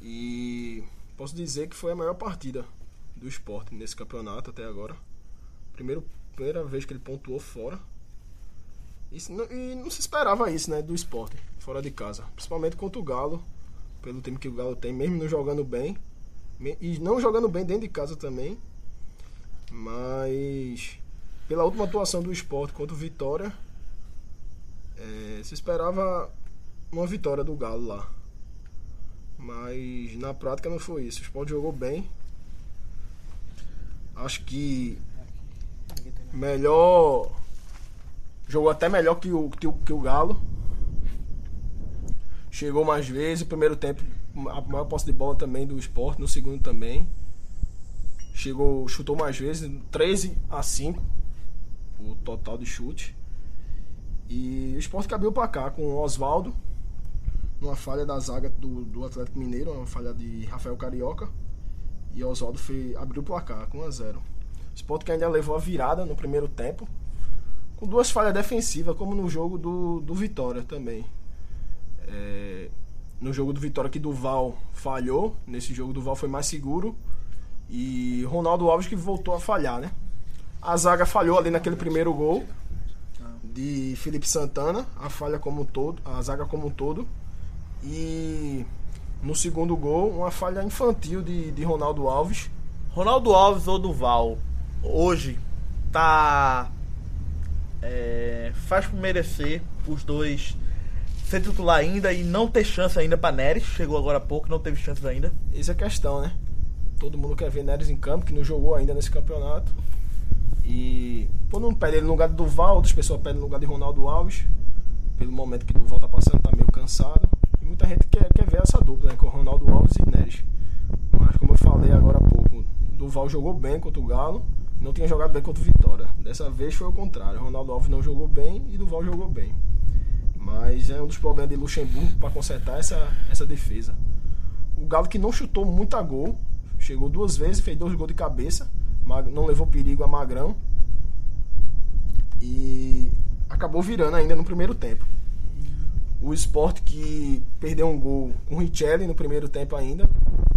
Speaker 3: E posso dizer que foi a maior partida do Sport nesse campeonato até agora. Primeiro, primeira vez que ele pontuou fora. Isso não- e não se esperava isso, né? Do Sport, fora de casa. Principalmente contra o Galo, pelo time que o Galo tem, mesmo não jogando bem. me- E não jogando bem dentro de casa também. Mas pela última atuação do esporte contra o Vitória, é, se esperava uma vitória do Galo lá. Mas na prática não foi isso. O esporte jogou bem. Acho que melhor. Jogou até melhor que o, que o, que o Galo. Chegou mais vezes. No primeiro tempo, a maior posse de bola também do esporte. No segundo também. Chegou, chutou mais vezes, 13 a 5 o total de chute. E o esporte cabiu pra cá com o Oswaldo, numa falha da zaga do, do Atlético Mineiro, uma falha de Rafael Carioca. E o Oswaldo foi- abriu o placar com 1 a 0 O esporte que ainda levou a virada no primeiro tempo, com duas falhas defensivas, como no jogo do, do Vitória também. É, no jogo do Vitória que Duval falhou, nesse jogo Duval foi mais seguro. E Ronaldo Alves que voltou a falhar, né? A zaga falhou ali naquele primeiro gol de Felipe Santana, a falha como um todo, a zaga como um todo. E no segundo gol, uma falha infantil de, de Ronaldo Alves.
Speaker 2: Ronaldo Alves ou Duval hoje tá é, faz por merecer os dois ser titular ainda e não ter chance ainda pra Neres, chegou agora há pouco, não teve chances ainda.
Speaker 3: Essa é a questão, né? Todo mundo quer ver Neres em campo, que não jogou ainda nesse campeonato. E todo mundo pede ele no lugar do Duval, outras pessoas pedem no lugar de Ronaldo Alves. Pelo momento que o Duval tá passando, tá meio cansado. E muita gente quer, quer ver essa dupla, né? Com Ronaldo Alves e Neres. Mas como eu falei agora há pouco, o Duval jogou bem contra o Galo, não tinha jogado bem contra o Vitória. Dessa vez foi o contrário. Ronaldo Alves não jogou bem e Duval jogou bem. Mas é um dos problemas de Luxemburgo para consertar essa, essa defesa. O Galo que não chutou muito a gol, chegou duas vezes, fez dois gols de cabeça, Mag- não levou perigo a Magrão. E acabou virando ainda no primeiro tempo. O Sport que perdeu um gol com o Richelli no primeiro tempo ainda,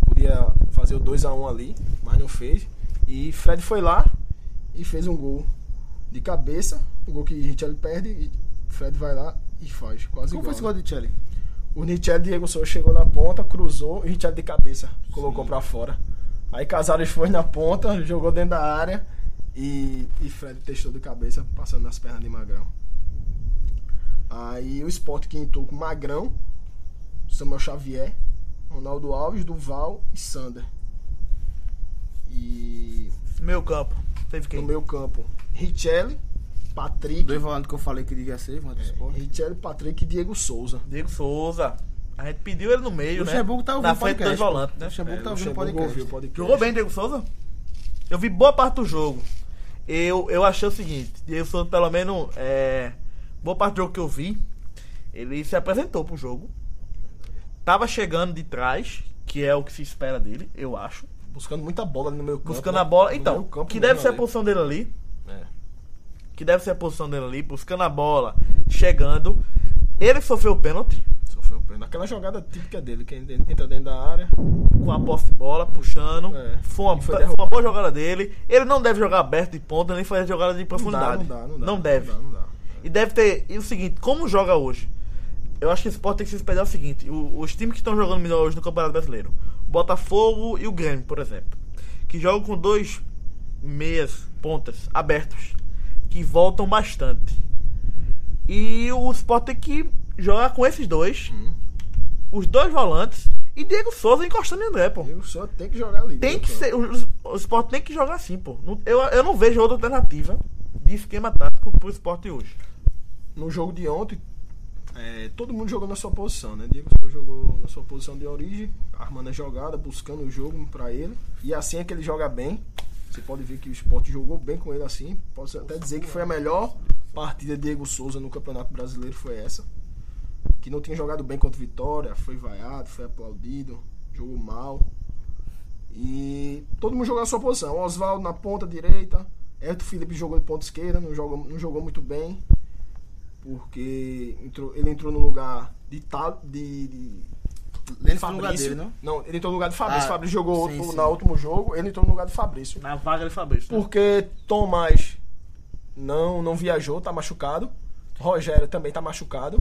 Speaker 3: podia fazer o 2 a 1 ali, mas não fez. E Fred foi lá e fez um gol de cabeça, um gol que Richelli perde e Fred vai lá e faz, quase igual.
Speaker 4: Como
Speaker 3: né?
Speaker 4: foi esse gol de Chile?
Speaker 3: O Richelli Diego Souza chegou na ponta, cruzou e Richelli de cabeça colocou pra fora. Aí Casares foi na ponta, jogou dentro da área e, e Fred testou de cabeça, passando nas pernas de Magrão. Aí o Sport quintou com Magrão, Samuel Xavier, Ronaldo Alves, Duval e Sander. E
Speaker 2: Meu campo. Teve quem?
Speaker 3: no meio campo, Richelli, Patrick,
Speaker 4: Do Ivalando que eu falei que devia ser, Ivan do
Speaker 3: É.
Speaker 4: Sport.
Speaker 3: Richelli, Patrick e Diego Souza.
Speaker 2: Diego Souza. A gente pediu ele no meio,
Speaker 4: O
Speaker 2: né?
Speaker 4: Luxemburgo tá ouvindo
Speaker 2: Na frente
Speaker 4: podcast,
Speaker 2: dos volantes,
Speaker 4: pô.
Speaker 2: né?
Speaker 4: Luxemburgo tá ouvindo
Speaker 3: Luxemburgo ouviu É,
Speaker 4: podcast.
Speaker 3: o podcast.
Speaker 2: Jogou bem, Diego Souza? Eu vi boa parte do jogo. Eu, eu achei o seguinte, Diego Souza, pelo menos, é, boa parte do jogo que eu vi, ele se apresentou pro jogo. Tava chegando de trás, que é o que se espera dele, eu acho.
Speaker 3: Buscando muita bola ali no meio campo.
Speaker 2: Buscando
Speaker 3: né?
Speaker 2: a bola.
Speaker 3: No
Speaker 2: Então,
Speaker 3: meio campo
Speaker 2: que
Speaker 3: mesmo
Speaker 2: deve ser a
Speaker 3: ali.
Speaker 2: posição dele ali.
Speaker 3: É.
Speaker 2: Que deve ser a posição dele ali, buscando a bola, chegando. Ele sofreu o pênalti.
Speaker 3: Sofreu um pênalti. Aquela jogada típica dele, que ele entra dentro da área.
Speaker 2: com a posse de bola, puxando.
Speaker 3: É.
Speaker 2: Foi, uma,
Speaker 3: E foi
Speaker 2: foi
Speaker 3: derrubado.
Speaker 2: uma boa jogada dele. Ele não deve jogar aberto de ponta, nem fazer jogada de profundidade.
Speaker 3: Não dá, não dá, não dá.
Speaker 2: deve.
Speaker 3: Não dá, não dá.
Speaker 2: E deve ter. E o seguinte, como joga hoje? Eu acho que o Sport tem que se espelhar o seguinte: o- os times que estão jogando melhor hoje no Campeonato Brasileiro, o Botafogo e o Grêmio, por exemplo, que jogam com dois meias pontas abertos, que voltam bastante. E o Sport tem que jogar com esses dois, os dois volantes, e Diego Souza encostando em André, pô.
Speaker 3: E o senhor tem que jogar ali.
Speaker 2: Tem
Speaker 3: né,
Speaker 2: que
Speaker 3: então?
Speaker 2: ser. O, o esporte tem que jogar assim, pô. Não- Eu, eu não vejo outra alternativa de esquema tático pro esporte hoje.
Speaker 3: No jogo de ontem, é, todo mundo jogou na sua posição, né? Diego Souza jogou na sua posição de origem, armando a jogada, buscando o jogo pra ele. E assim é que ele joga bem. Você pode ver que o esporte jogou bem com ele assim. Posso até dizer que foi a melhor partida de Diego Souza no Campeonato Brasileiro foi essa. Que não tinha jogado bem contra o Vitória, foi vaiado, foi aplaudido, jogou mal. E todo mundo jogou na sua posição. O Oswaldo na ponta direita, Everton Felipe jogou de ponta esquerda, não jogou, não jogou muito bem, porque entrou- ele entrou no lugar de tal de, de
Speaker 4: Lênin foi no lugar dele, não?
Speaker 3: ele entrou no lugar de Fabrício.
Speaker 4: Ah,
Speaker 3: Fabrício jogou
Speaker 4: sim,
Speaker 3: outro-
Speaker 4: sim.
Speaker 3: na último jogo, ele entrou no lugar de Fabrício.
Speaker 2: Na vaga de Fabrício.
Speaker 3: Porque Tomás não não viajou, tá machucado. Rogério também tá machucado.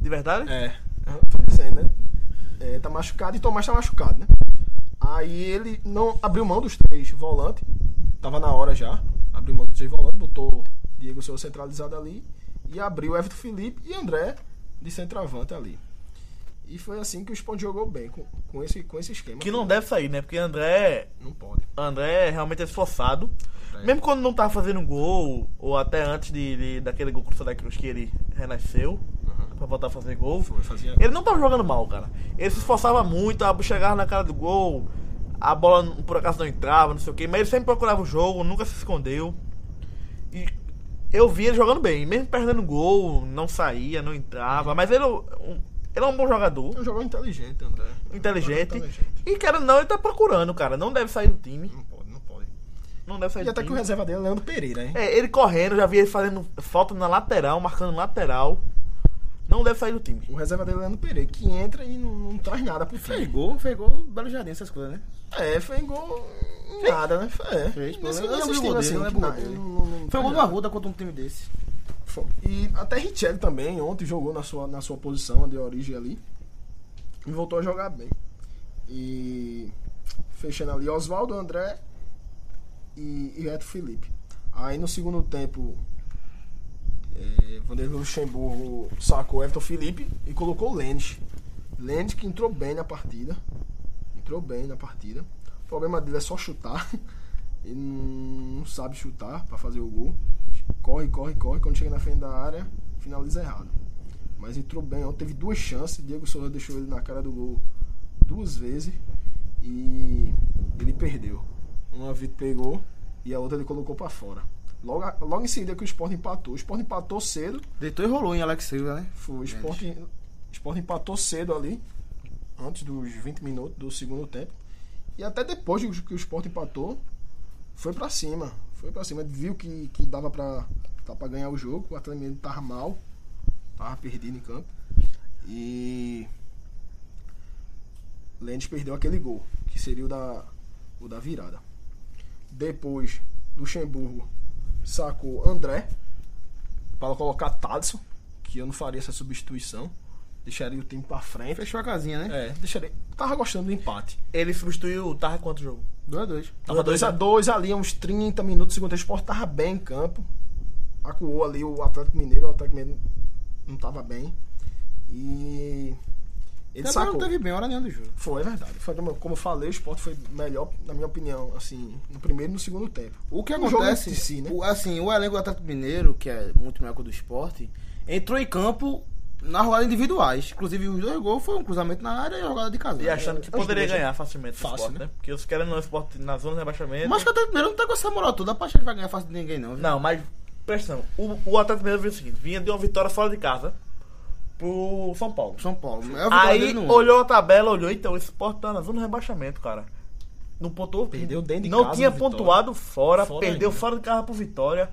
Speaker 2: De verdade?
Speaker 3: É. Tô dizendo, né? É, tá machucado e Tomás tá machucado, né? Aí ele não abriu mão dos três volantes. Tava na hora já. Abriu mão dos três volantes, botou Diego Souza centralizado ali. E abriu Everton Felipe e André de centroavante ali. E foi assim que o Sport jogou bem, com, com esse, com esse esquema.
Speaker 2: Que não deve sair, né? Porque André.
Speaker 3: Não pode.
Speaker 2: André realmente é esforçado.
Speaker 3: É.
Speaker 2: Mesmo quando não tava fazendo gol, ou até antes de, de- daquele gol contra o Santa Cruz que ele renasceu
Speaker 3: Uhum.
Speaker 2: pra voltar a fazer gol.
Speaker 3: Foi, fazia-
Speaker 2: Ele não tava jogando mal, cara. Ele se esforçava muito, a- chegava na cara do gol, a bola n- por acaso não entrava, não sei o quê, mas ele sempre procurava o jogo, nunca se escondeu. E eu vi ele jogando bem, mesmo perdendo gol, não saía, não entrava, mas ele, é um- ele é um bom jogador,
Speaker 3: É um jogador inteligente, André.
Speaker 2: inteligente.
Speaker 3: Inteligente.
Speaker 2: E cara, não, ele tá procurando, cara. Não deve sair do time.
Speaker 3: Não pode, não pode.
Speaker 2: Não deve sair
Speaker 3: E
Speaker 2: do
Speaker 3: até que o
Speaker 2: time.
Speaker 3: reserva dele é Leandro Pereira, hein?
Speaker 2: É, ele correndo, já vi ele fazendo falta na lateral, marcando lateral. Não deve sair do time.
Speaker 3: O reserva dele é Leandro Pereira, que entra e não, não traz nada pro time.
Speaker 4: Fez gol, fez gol, Belo Jardim, essas coisas, né?
Speaker 3: É, foi gol em nada, né? Foi, é.
Speaker 4: Fez, pô,
Speaker 3: Nesse-
Speaker 4: eu lembro
Speaker 3: nesse
Speaker 4: do
Speaker 3: estilo
Speaker 4: gol dele,
Speaker 3: assim,
Speaker 4: eu
Speaker 3: que
Speaker 4: lembro do
Speaker 3: tá-
Speaker 4: gol dele.
Speaker 3: não- não- não
Speaker 4: Foi um gol do
Speaker 3: tá-
Speaker 4: Arruda contra um time desse.
Speaker 3: Foi. E até Richelli também, ontem jogou na sua, na sua posição de origem ali. E voltou a jogar bem. E fechando ali Oswaldo, André e, e Reto Felipe. Aí no segundo tempo, é, Vanderlei Luxemburgo sacou Everton Felipe e colocou Lendes. Lendes que entrou bem na partida. [LAUGHS] Entrou bem na partida. O problema dele é só chutar. E não, sabe chutar para fazer o gol. Corre, corre, corre. Quando chega na frente da área, finaliza errado. Mas entrou bem, ontem teve duas chances. Diego Souza deixou ele na cara do gol duas vezes e ele perdeu. Uma Vitor pegou e a outra ele colocou para fora. Logo, a- logo em seguida que o Sport empatou. O Sport empatou cedo.
Speaker 4: Deitou e rolou em Alex Silva, né?
Speaker 3: Foi, o Sport, o Sport empatou cedo ali, antes dos 20 minutos do segundo tempo. E até depois de que o Sport empatou, foi pra cima. Foi pra cima. Viu que, que dava pra, tá pra ganhar o jogo. O Atlético Mineiro tava mal. Tava perdido em campo. E. Lendes perdeu aquele gol, que seria o da, o da virada. Depois, Luxemburgo sacou André para colocar Tadson, que eu não faria essa substituição. Deixaria o time pra frente.
Speaker 4: Fechou a casinha, né?
Speaker 3: É, deixaria. Tava gostando do empate.
Speaker 2: Ele substituiu o Tarra quanto jogo?
Speaker 4: 2 a 2
Speaker 2: Tava 2 a 2
Speaker 3: 2 ali, uns 30 minutos, segundo tempo, o Sport tava bem em campo. Acuou ali o Atlético Mineiro, o Atlético Mineiro não tava bem. E ele
Speaker 4: Ele
Speaker 3: sacou.
Speaker 4: não teve bem hora nenhuma do jogo.
Speaker 3: Foi, é verdade. Foi como, como eu falei, o Sport foi melhor, na minha opinião, assim, no primeiro e no segundo tempo.
Speaker 4: O que
Speaker 3: O jogo
Speaker 4: acontece,
Speaker 3: em si, né?
Speaker 4: o, assim, o elenco do Atlético Mineiro, que é muito melhor que o do esporte, entrou em campo na rodada individuais. Inclusive, os dois gols foram um cruzamento na área e uma jogada de casal.
Speaker 2: E achando que
Speaker 3: Os
Speaker 2: poderia
Speaker 3: dois, né?
Speaker 2: ganhar facilmente o
Speaker 3: Fácil,
Speaker 2: Sport,
Speaker 3: né?
Speaker 2: né? Porque os caras não esporte na zona de rebaixamento.
Speaker 4: Mas que o Atlético Mineiro não tá com essa moral toda pra achar que vai ganhar fácil de ninguém, não. viu?
Speaker 2: Não, mas presta atenção. O, o Atlético Mineiro viu o seguinte: vinha de uma vitória fora de casa pro São Paulo.
Speaker 4: São Paulo. É o
Speaker 2: Aí
Speaker 4: não é.
Speaker 2: olhou a tabela, olhou, então esse Sport tá na zona de rebaixamento, cara. Não pontuou.
Speaker 3: Perdeu dentro de
Speaker 2: Não
Speaker 3: casa
Speaker 2: tinha
Speaker 3: pro Vitória.
Speaker 2: pontuado fora,
Speaker 3: Fora
Speaker 2: perdeu
Speaker 3: ainda.
Speaker 2: fora de casa pro Vitória.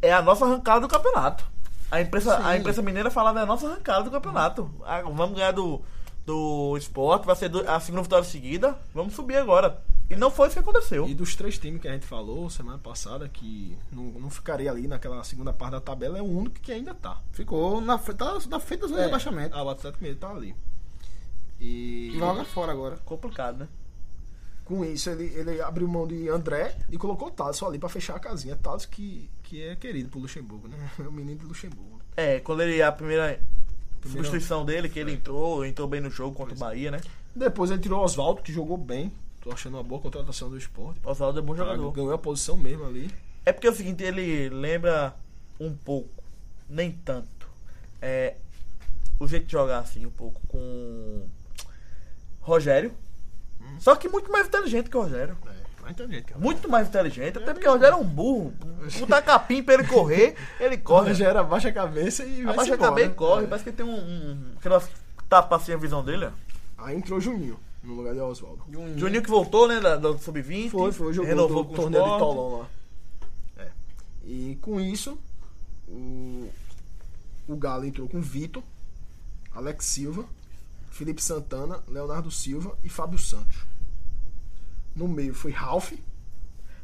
Speaker 2: É a nossa arrancada do campeonato. A imprensa, a
Speaker 4: Sim.
Speaker 2: imprensa mineira falava é a nossa arrancada do campeonato. Ah, vamos ganhar do, do Sport, vai ser do- a segunda vitória seguida, vamos subir agora. E não foi isso que aconteceu.
Speaker 3: E dos três times que a gente falou semana passada, que não, não ficaria ali naquela segunda parte da tabela, é o único que ainda tá.
Speaker 4: Ficou na, fre- tá na frente da zona de rebaixamento.
Speaker 3: Ah, o Atlético Mineiro tá ali. E
Speaker 4: Joga fora agora.
Speaker 2: Complicado, né?
Speaker 3: com isso ele, ele abriu mão de André e colocou o Tasso ali pra fechar a casinha. Tasso que, que é querido pro Luxemburgo, né? [LAUGHS] É o menino de Luxemburgo.
Speaker 2: É, quando ele. A primeira
Speaker 3: Primeiro-
Speaker 2: substituição dele, que ele entrou, entrou bem no jogo contra o Bahia, né?
Speaker 3: Depois ele tirou o Oswaldo, que jogou bem. Tô achando uma boa contratação do esporte.
Speaker 2: Oswaldo é bom jogador.
Speaker 3: Ganhou a posição mesmo ali.
Speaker 2: É porque é o seguinte, ele lembra um pouco, nem tanto. É, o jeito de jogar assim, um pouco com Rogério.
Speaker 3: Hum.
Speaker 2: Só que muito mais inteligente que o Rogério.
Speaker 3: É, vai entender, cara.
Speaker 2: Muito mais inteligente, até porque o Rogério é um
Speaker 3: [LAUGHS]
Speaker 2: burro. Botar capim pra ele correr, ele corre. né?
Speaker 3: já né? era abaixa a cabeça e vai
Speaker 2: Abaixa a cabeça e
Speaker 3: É.
Speaker 2: corre. Parece que tem um. um aquela tapa assim a visão dele, ó.
Speaker 3: Aí entrou o Juninho no lugar de Oswaldo.
Speaker 2: Juninho que voltou, né, da, da Sub-20.
Speaker 3: Foi, foi, jogou
Speaker 2: Renovou
Speaker 3: do
Speaker 2: com o
Speaker 3: torneio de
Speaker 2: Sport.
Speaker 3: Tolon lá. É. E com isso, o, o Galo entrou com Vitor, Alex Silva, Felipe Santana, Leonardo Silva e Fábio Santos. No meio foi Ralph,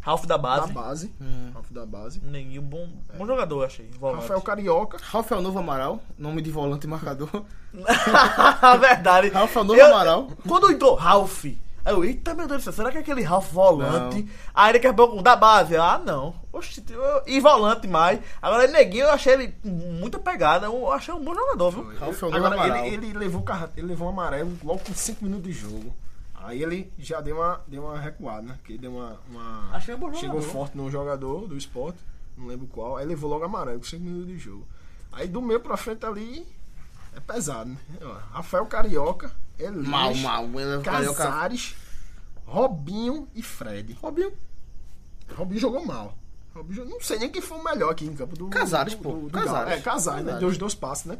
Speaker 2: Ralf da
Speaker 3: da
Speaker 2: base.
Speaker 3: base. Ralph da base.
Speaker 2: Nenhum bom, bom jogador, eu achei. volante.
Speaker 3: Rafael Carioca.
Speaker 4: Rafael Novo Amaral, nome de volante e marcador.
Speaker 2: [LAUGHS] Verdade.
Speaker 4: Ralf é o novo
Speaker 2: Eu-
Speaker 4: Amaral.
Speaker 2: Quando entrou Ralf, aí eu, eita meu Deus do céu, será que é aquele Ralf volante? Aí daqui a pouco da base, eu, ah não. Oxi, eu- e volante mais. Agora neguinho eu achei ele com muita pegada, eu achei um bom jogador, viu?
Speaker 4: Rafael Novo
Speaker 3: Agora,
Speaker 4: Amaral.
Speaker 3: ele, ele levou, carra- ele levou um amarelo logo com 5 minutos de jogo. Aí ele já deu uma, deu uma recuada, né? Porque deu uma. uma-
Speaker 2: Achei um bom
Speaker 3: Chegou
Speaker 2: jogador.
Speaker 3: forte num jogador do esporte, não lembro qual. Aí levou logo amarelo com 5 minutos de jogo. Aí do meio pra frente ali é pesado, né? Ó, Rafael Carioca, é Elias,
Speaker 4: [LAUGHS] Mal, mal. Ele Carioca.
Speaker 3: Casares, Robinho e Fred.
Speaker 4: Robinho.
Speaker 3: Robinho jogou mal. Robinho, jogou- não sei nem quem foi o melhor aqui em campo do.
Speaker 4: Casares,
Speaker 3: do-
Speaker 4: pô.
Speaker 3: do- do
Speaker 4: Casares.
Speaker 3: Galo. É, Casares, né?
Speaker 4: Casares.
Speaker 3: Deu os dois passos, né?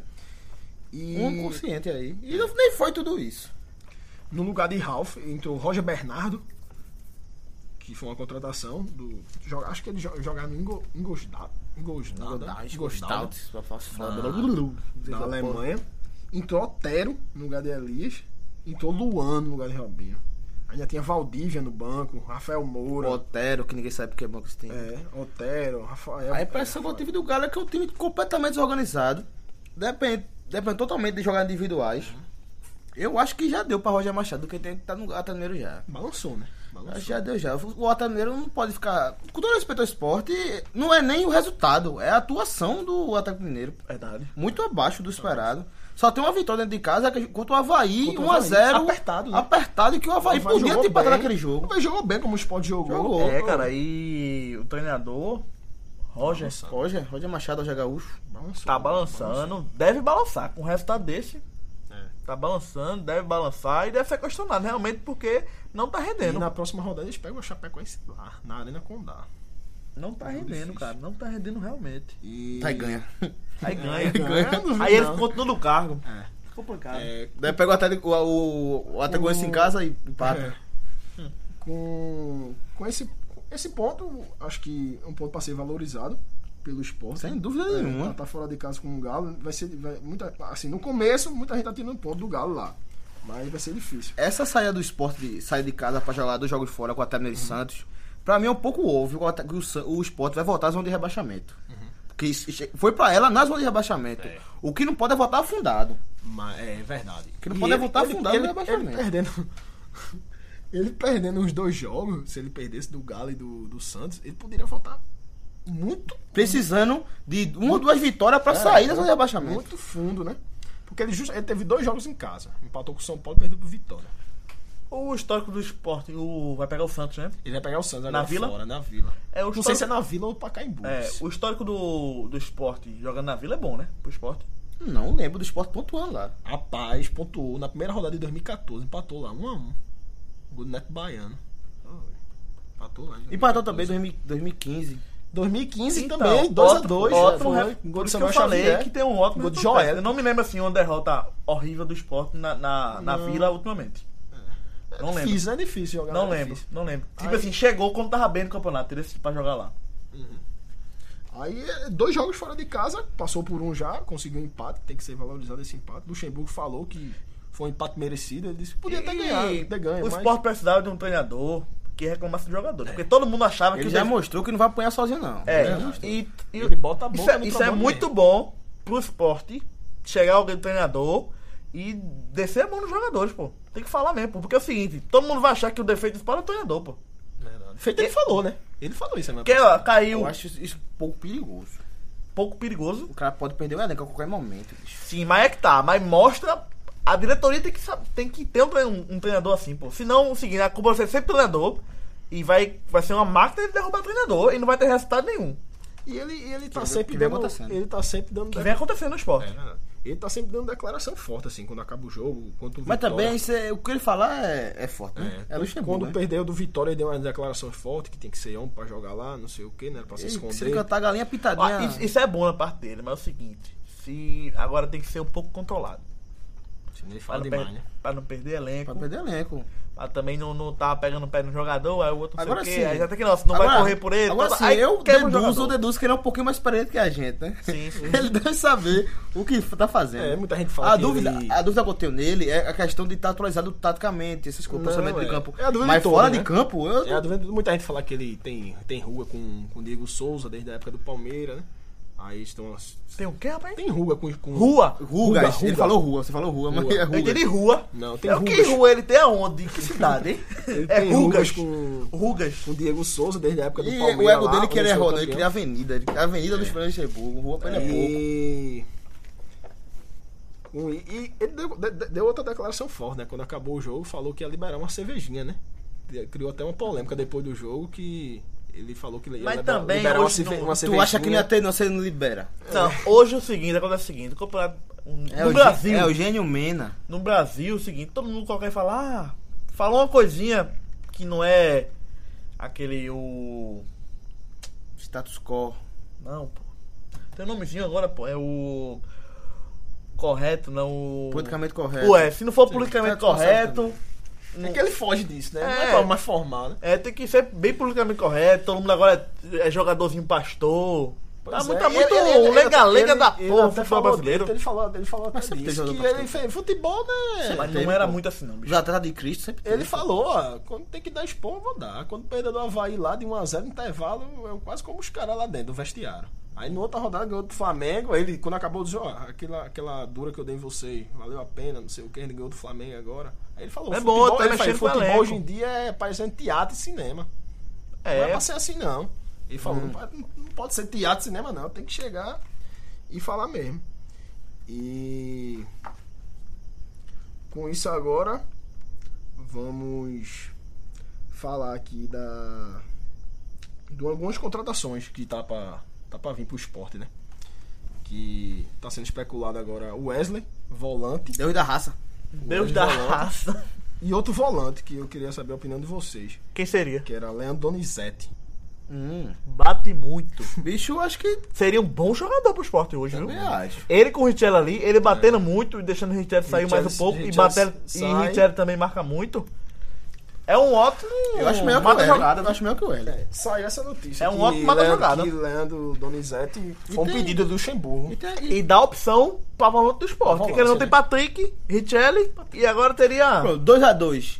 Speaker 3: E...
Speaker 4: Um consciente aí. E não- nem foi tudo isso.
Speaker 3: No lugar de Ralph entrou Roger Bernardo, que foi uma contratação do. joga- Acho que ele jo- jogava no Ingo, Ingolstadt. Ingolstadt. né? Ingolstadt, Da Ah, Alemanha. Entrou Otero no lugar de Elias. Entrou Luan no lugar de Robinho. Ainda tinha Valdívia no banco, Rafael Moura.
Speaker 4: Otero, que ninguém sabe porque é bom que isso tem.
Speaker 3: é, Otero, Rafael. é,
Speaker 4: A impressão que eu
Speaker 3: Rafael.
Speaker 4: tive do Galo é que é um time completamente desorganizado. Depende, depende totalmente de jogadas individuais. Eu acho que já deu pra Roger Machado, que tem que estar tá no Atlético Mineiro já.
Speaker 3: Balançou, né?
Speaker 4: Acho que Já deu já. O Atlético não pode ficar. Com todo respeito ao esporte, não é nem o resultado, é a atuação do Atlético Mineiro.
Speaker 2: Verdade.
Speaker 4: Muito abaixo do esperado. Só tem uma vitória dentro de casa é que- contra o Havaí,
Speaker 3: Contra o
Speaker 4: 1x0.
Speaker 3: Havaí. Apertado, né?
Speaker 4: Apertado, que o Havaí,
Speaker 3: O Havaí
Speaker 4: podia
Speaker 3: jogou
Speaker 4: ter empatado
Speaker 3: bem.
Speaker 4: aquele jogo.
Speaker 3: O Havaí jogou bem como o Sport jogou.
Speaker 4: Jogou.
Speaker 2: É, cara, e o treinador, Roger,
Speaker 4: Roger, Roger Machado, Roger Gaúcho.
Speaker 3: Balançou.
Speaker 2: tá balançando, deve balançar. Com o resultado desse,
Speaker 3: É.
Speaker 2: tá balançando, deve balançar e deve ser questionado realmente porque não tá
Speaker 3: E
Speaker 2: rendendo.
Speaker 3: na próxima rodada eles pegam o Chapecoense lá, na Arena Condá.
Speaker 2: Não tá rendendo, cara, não tá rendendo realmente.
Speaker 3: E...
Speaker 4: Aí ganha.
Speaker 2: Aí ganha.
Speaker 3: É, ganha, eu não vi
Speaker 2: Aí eles
Speaker 3: não.
Speaker 2: continuam no cargo.
Speaker 3: É.
Speaker 2: Complicado.
Speaker 3: É,
Speaker 4: [LAUGHS] Daí pega o Atlético, o, o, o Atlético Goianiense em casa e empata.
Speaker 3: É. Com, com esse, esse ponto, acho que é um ponto para ser valorizado pelo esporte.
Speaker 4: Sem dúvida
Speaker 3: É,
Speaker 4: nenhuma.
Speaker 3: tá- Tá fora de casa com o Galo. Vai ser. vai- muita, assim, no começo, muita gente tá tirando ponto do Galo lá. Mas vai ser difícil.
Speaker 4: Essa saída do esporte, de sair de casa pra jogar dois jogos fora com o Atlético
Speaker 3: Uhum.
Speaker 4: Mineiro e Santos, pra mim é um pouco óbvio que o, Ata- que o San- o esporte vai voltar à zona de rebaixamento. Que isso- isso- foi pra ela na zona de rebaixamento.
Speaker 3: Uhum. É.
Speaker 4: O que não pode é voltar afundado.
Speaker 3: Mas é verdade.
Speaker 4: Que não pode voltar afundado né, no
Speaker 3: ele,
Speaker 4: rebaixamento.
Speaker 3: ele perdendo. [LAUGHS] ele perdendo os dois jogos, se ele perdesse do Galo e do, do Santos, ele poderia faltar muito
Speaker 4: Precisando de uma ou duas vitórias pra sair da zona de rebaixamento.
Speaker 3: Muito fundo, né? Porque ele, just, ele teve dois jogos em casa. Empatou com o São Paulo e perdeu pro Vitória.
Speaker 2: O histórico do esporte, o... vai pegar o Santos, né?
Speaker 3: Ele vai pegar o Santos
Speaker 2: Na
Speaker 3: agora
Speaker 2: Vila?
Speaker 3: fora, na Vila.
Speaker 2: É, o
Speaker 3: Não sei
Speaker 2: histórico-
Speaker 3: se é na Vila ou no Pacaembu.
Speaker 2: É, o histórico do, do esporte jogando na vila é bom, né? Pro esporte.
Speaker 4: Não lembro do esporte pontuando lá.
Speaker 3: Rapaz pontuou na primeira rodada de 2014. Empatou lá, 1x1. Gol do Neto Baiano. Empatou lá. em
Speaker 4: Empatou também em 2000 2015.
Speaker 3: 2015
Speaker 2: Então,
Speaker 3: também,
Speaker 2: ótimo-
Speaker 3: 2x2.
Speaker 2: Ótimo,
Speaker 3: né?
Speaker 2: né?
Speaker 3: Foi.
Speaker 2: Por
Speaker 3: Gol do
Speaker 2: isso que eu
Speaker 3: Samuel
Speaker 2: falei
Speaker 3: Xavier.
Speaker 2: que tem um ótimo
Speaker 3: Gol de
Speaker 2: resultado.
Speaker 3: Joel.
Speaker 2: Eu não me lembro assim uma derrota horrível do esporte na, na, na
Speaker 3: Não.
Speaker 2: vila ultimamente. Não
Speaker 3: é
Speaker 2: lembro.
Speaker 3: difícil, né? é difícil jogar.
Speaker 2: Não
Speaker 3: né? É
Speaker 2: lembro,
Speaker 3: difícil.
Speaker 2: não lembro. Tipo
Speaker 3: Aí-
Speaker 2: assim, chegou quando tava bem no campeonato, teria sido pra jogar lá.
Speaker 3: Aí, é, dois jogos fora de casa, passou por um já, conseguiu um empate, tem que ser valorizado esse empate. Luxemburgo falou que foi um empate merecido, ele disse que podia até
Speaker 2: E
Speaker 3: ganhar, até ganha,
Speaker 2: O
Speaker 3: mas...
Speaker 2: esporte precisava de um treinador que reclamasse do jogador. Porque todo mundo achava que
Speaker 4: Ele
Speaker 2: o
Speaker 4: já
Speaker 2: David-
Speaker 4: mostrou que não vai apanhar sozinho, não.
Speaker 2: É,
Speaker 3: Ele já
Speaker 2: e, e-
Speaker 3: Ele bota a boca
Speaker 2: isso é,
Speaker 3: no
Speaker 2: isso é
Speaker 3: trombone
Speaker 2: muito
Speaker 3: mesmo.
Speaker 2: bom pro esporte chegar alguém do treinador e descer a mão nos jogadores, pô. Tem que falar mesmo, pô. Porque é o seguinte, todo mundo vai achar que o defeito do esporte é o treinador, pô.
Speaker 3: Feito ele falou, né? Ele falou isso, né?
Speaker 2: Porque ó, caiu
Speaker 4: Eu acho isso- isso um pouco perigoso.
Speaker 2: pouco perigoso.
Speaker 4: O cara pode perder o elenco a qualquer momento, bicho.
Speaker 2: Sim, mas é que tá. Mas mostra. A diretoria tem que, sab- tem que ter um, tre- um- um treinador assim, pô. Senão, o seguinte, a culpa vai ser sempre treinador. E vai, vai ser uma máquina de derrubar treinador e não vai ter resultado nenhum.
Speaker 3: E ele, e ele tá
Speaker 4: Que vem-
Speaker 3: sempre
Speaker 4: que vem
Speaker 3: dando...
Speaker 4: acontecendo.
Speaker 3: Ele tá sempre dando...
Speaker 2: Que
Speaker 3: de-
Speaker 2: vem acontecendo no esporte.
Speaker 3: É, verdade. ele tá sempre dando declaração forte, assim, quando acaba o jogo, quanto
Speaker 4: Mas também, isso é- o que ele falar é, é forte, né? É, Luxemburgo,
Speaker 3: Quando
Speaker 4: né?
Speaker 3: perdeu do Vitória, ele deu uma declaração forte, que tem que ser homem pra jogar lá, não sei o que, né? Pra se
Speaker 4: Ele-
Speaker 3: esconder.
Speaker 4: Se tá- ele cantar a galinha pitadinha...
Speaker 2: Ah, isso, isso é bom na parte dele, mas é o seguinte, se agora tem que ser um pouco controlado.
Speaker 3: Se nem
Speaker 2: Pra
Speaker 3: fala
Speaker 2: não,
Speaker 3: demais,
Speaker 2: per-
Speaker 3: né?
Speaker 2: pra não perder elenco.
Speaker 4: Pra perder elenco.
Speaker 2: Pra também não, não tá pegando o pé no jogador, aí o outro não
Speaker 4: Agora
Speaker 2: sei o
Speaker 4: sim.
Speaker 2: quê. Aí já tem que não, se não vai
Speaker 4: Agora-
Speaker 2: correr por ele.
Speaker 4: Agora
Speaker 2: tá-
Speaker 4: sim,
Speaker 2: aí
Speaker 4: eu
Speaker 2: quebra o
Speaker 4: deduzo, eu
Speaker 2: jogador.
Speaker 4: deduzo que ele é um pouquinho mais experiente que a gente, né? [LAUGHS]
Speaker 2: Sim, sim.
Speaker 4: Ele deve saber o que tá fazendo.
Speaker 3: É, muita gente fala
Speaker 4: a
Speaker 3: que
Speaker 4: dúvida,
Speaker 3: ele-
Speaker 4: a dúvida que eu tenho nele é a questão de estar atualizado taticamente, esses
Speaker 3: Não,
Speaker 4: posicionamentos de
Speaker 3: é.
Speaker 4: campo.
Speaker 3: É a dúvida
Speaker 4: Mas
Speaker 3: de todo,
Speaker 4: fora
Speaker 3: né?
Speaker 4: de campo, eu
Speaker 3: É, tá vendo muita gente falar que ele tem, tem ruga com, com o Diego Souza desde a época do Palmeiras, né? Aí estão as-
Speaker 2: Tem o quê, rapaz?
Speaker 3: Tem ruga com. com
Speaker 2: Rua.
Speaker 4: Rugas,
Speaker 3: Ruga,
Speaker 4: ele
Speaker 3: Ruga.
Speaker 4: falou rua, você falou rua, mas
Speaker 3: Rua.
Speaker 4: é
Speaker 2: Eu
Speaker 4: rugas.
Speaker 2: entendi rua.
Speaker 3: Não, tem
Speaker 2: é, o Que
Speaker 3: rugas.
Speaker 2: rua ele tem aonde? Em que cidade, hein?
Speaker 3: Ele
Speaker 2: é
Speaker 3: tem
Speaker 2: rugas.
Speaker 3: rugas com-
Speaker 2: Rugas.
Speaker 3: com o Diego Souza desde a época do
Speaker 4: [LAUGHS] E
Speaker 3: Palmeiras.
Speaker 4: o ego
Speaker 3: lá,
Speaker 4: dele
Speaker 3: quando
Speaker 4: que ele é
Speaker 3: foi
Speaker 4: roda, ele
Speaker 3: campeão. É.
Speaker 4: queria avenida, ele queria avenida dos Fernandes Reburgo, rua pra ele é
Speaker 3: E...
Speaker 4: pouco.
Speaker 3: Um, E, e ele deu, de- de- deu outra declaração forte, né? Quando acabou o jogo, falou que ia liberar uma cervejinha, né? De- Criou até uma polêmica depois do jogo que ele falou que ele ia
Speaker 2: Mas
Speaker 3: liberar,
Speaker 2: também
Speaker 3: liberar uma,
Speaker 2: hoje
Speaker 3: cerve-
Speaker 2: não-
Speaker 3: uma
Speaker 2: tu
Speaker 4: Tu
Speaker 3: cervejinha.
Speaker 4: acha que não ia ter, não, se ele não libera.
Speaker 2: Não, hoje é o seguinte, acontece o seguinte, o campeonato- um,
Speaker 4: É
Speaker 2: no
Speaker 4: o
Speaker 2: Brasil.
Speaker 4: Gê- é o Gênio Mena.
Speaker 2: no Brasil, é o seguinte, todo mundo qualquer fala, ah, falou uma coisinha que não é aquele o
Speaker 4: Status quo.
Speaker 2: não, pô. Tem um nomezinho agora, pô, é o correto, não o
Speaker 4: Politicamente correto.
Speaker 2: Ué, se não for politicamente
Speaker 4: Tá
Speaker 2: correto,
Speaker 3: É que ele foge disso, né?
Speaker 2: É.
Speaker 3: Não é forma mais formal, né?
Speaker 2: é, tem que ser bem politicamente correto, todo mundo agora é, é jogadorzinho pastor. tá
Speaker 3: Pois
Speaker 2: muito,
Speaker 3: é,
Speaker 2: tá
Speaker 3: e
Speaker 2: muito
Speaker 3: ele- ele- ele-
Speaker 2: lenga-lenga
Speaker 3: ele-
Speaker 2: da
Speaker 3: ele
Speaker 2: porra,
Speaker 3: até
Speaker 2: futebol
Speaker 3: falou
Speaker 2: brasileiro.
Speaker 3: dele, Ele falou, ele falou até
Speaker 4: Mas sempre
Speaker 3: disso,
Speaker 4: tem
Speaker 3: que
Speaker 4: jogador
Speaker 3: ele fez futebol, né?
Speaker 2: Mas
Speaker 4: Tem,
Speaker 2: não era
Speaker 4: pô.
Speaker 2: muito assim não, bicho.
Speaker 4: Os atletas de Cristo sempre tem,
Speaker 3: Ele
Speaker 4: pô.
Speaker 3: falou, ó, quando tem que dar um expor, eu vou dar. Quando perder do Havaí lá de 1x0 no intervalo, eu quase como os caras lá dentro, do vestiário. Aí na outra rodada ganhou do Flamengo. Aí ele, quando acabou, disse: Ó, aquela, aquela dura que eu dei em você, valeu a pena, não sei o que, ele ganhou do Flamengo agora. Aí ele falou:
Speaker 2: É
Speaker 3: futebol,
Speaker 2: bom, tá
Speaker 3: ele
Speaker 2: mexendo com o
Speaker 3: futebol
Speaker 2: elenco.
Speaker 3: hoje em dia é parecendo teatro e cinema. Não é
Speaker 2: É,
Speaker 3: pra ser assim, não. Ele
Speaker 4: Hum.
Speaker 3: falou, não, pode, não pode ser teatro, cinema, não. Tem que chegar e falar mesmo. E com isso agora, vamos falar aqui da de algumas contratações que tá pra, tá pra vir pro esporte, né? Que tá sendo especulado agora o Wesley, volante.
Speaker 4: Deus da raça.
Speaker 2: Deus
Speaker 3: Wesley,
Speaker 2: da
Speaker 3: volante.
Speaker 2: raça. [LAUGHS]
Speaker 3: E outro volante que eu queria saber a opinião de vocês,
Speaker 2: Quem seria?
Speaker 3: que era Leandro Donizete.
Speaker 4: Hum.
Speaker 2: Bate muito.
Speaker 4: Bicho, eu acho que.
Speaker 2: Seria um bom jogador pro esporte hoje, viu?
Speaker 4: Também acho. É.
Speaker 2: Ele com o Richelli ali, ele batendo muito e deixando o Richelli sair mais um
Speaker 3: Richelli-
Speaker 2: pouco. E,
Speaker 3: Richelli
Speaker 2: batendo, e
Speaker 3: sai.
Speaker 2: o Richelli também marca muito. É um ótimo.
Speaker 4: Eu acho melhor que o
Speaker 2: mata
Speaker 4: Hélio.
Speaker 2: jogada.
Speaker 4: Eu acho melhor que o Hélio.
Speaker 3: É, saiu essa notícia.
Speaker 2: É um
Speaker 3: que
Speaker 2: ótimo mata
Speaker 3: Leandro-
Speaker 2: jogada.
Speaker 3: Que Leandro Donizete foi um
Speaker 4: tem-
Speaker 3: pedido do Luxemburgo.
Speaker 4: Então,
Speaker 2: E dá opção pra volante do esporte.
Speaker 3: Pra
Speaker 2: Porque ele não
Speaker 3: volante,
Speaker 2: tem
Speaker 3: né?
Speaker 2: Patrick, Richelli e agora teria.
Speaker 4: 2x2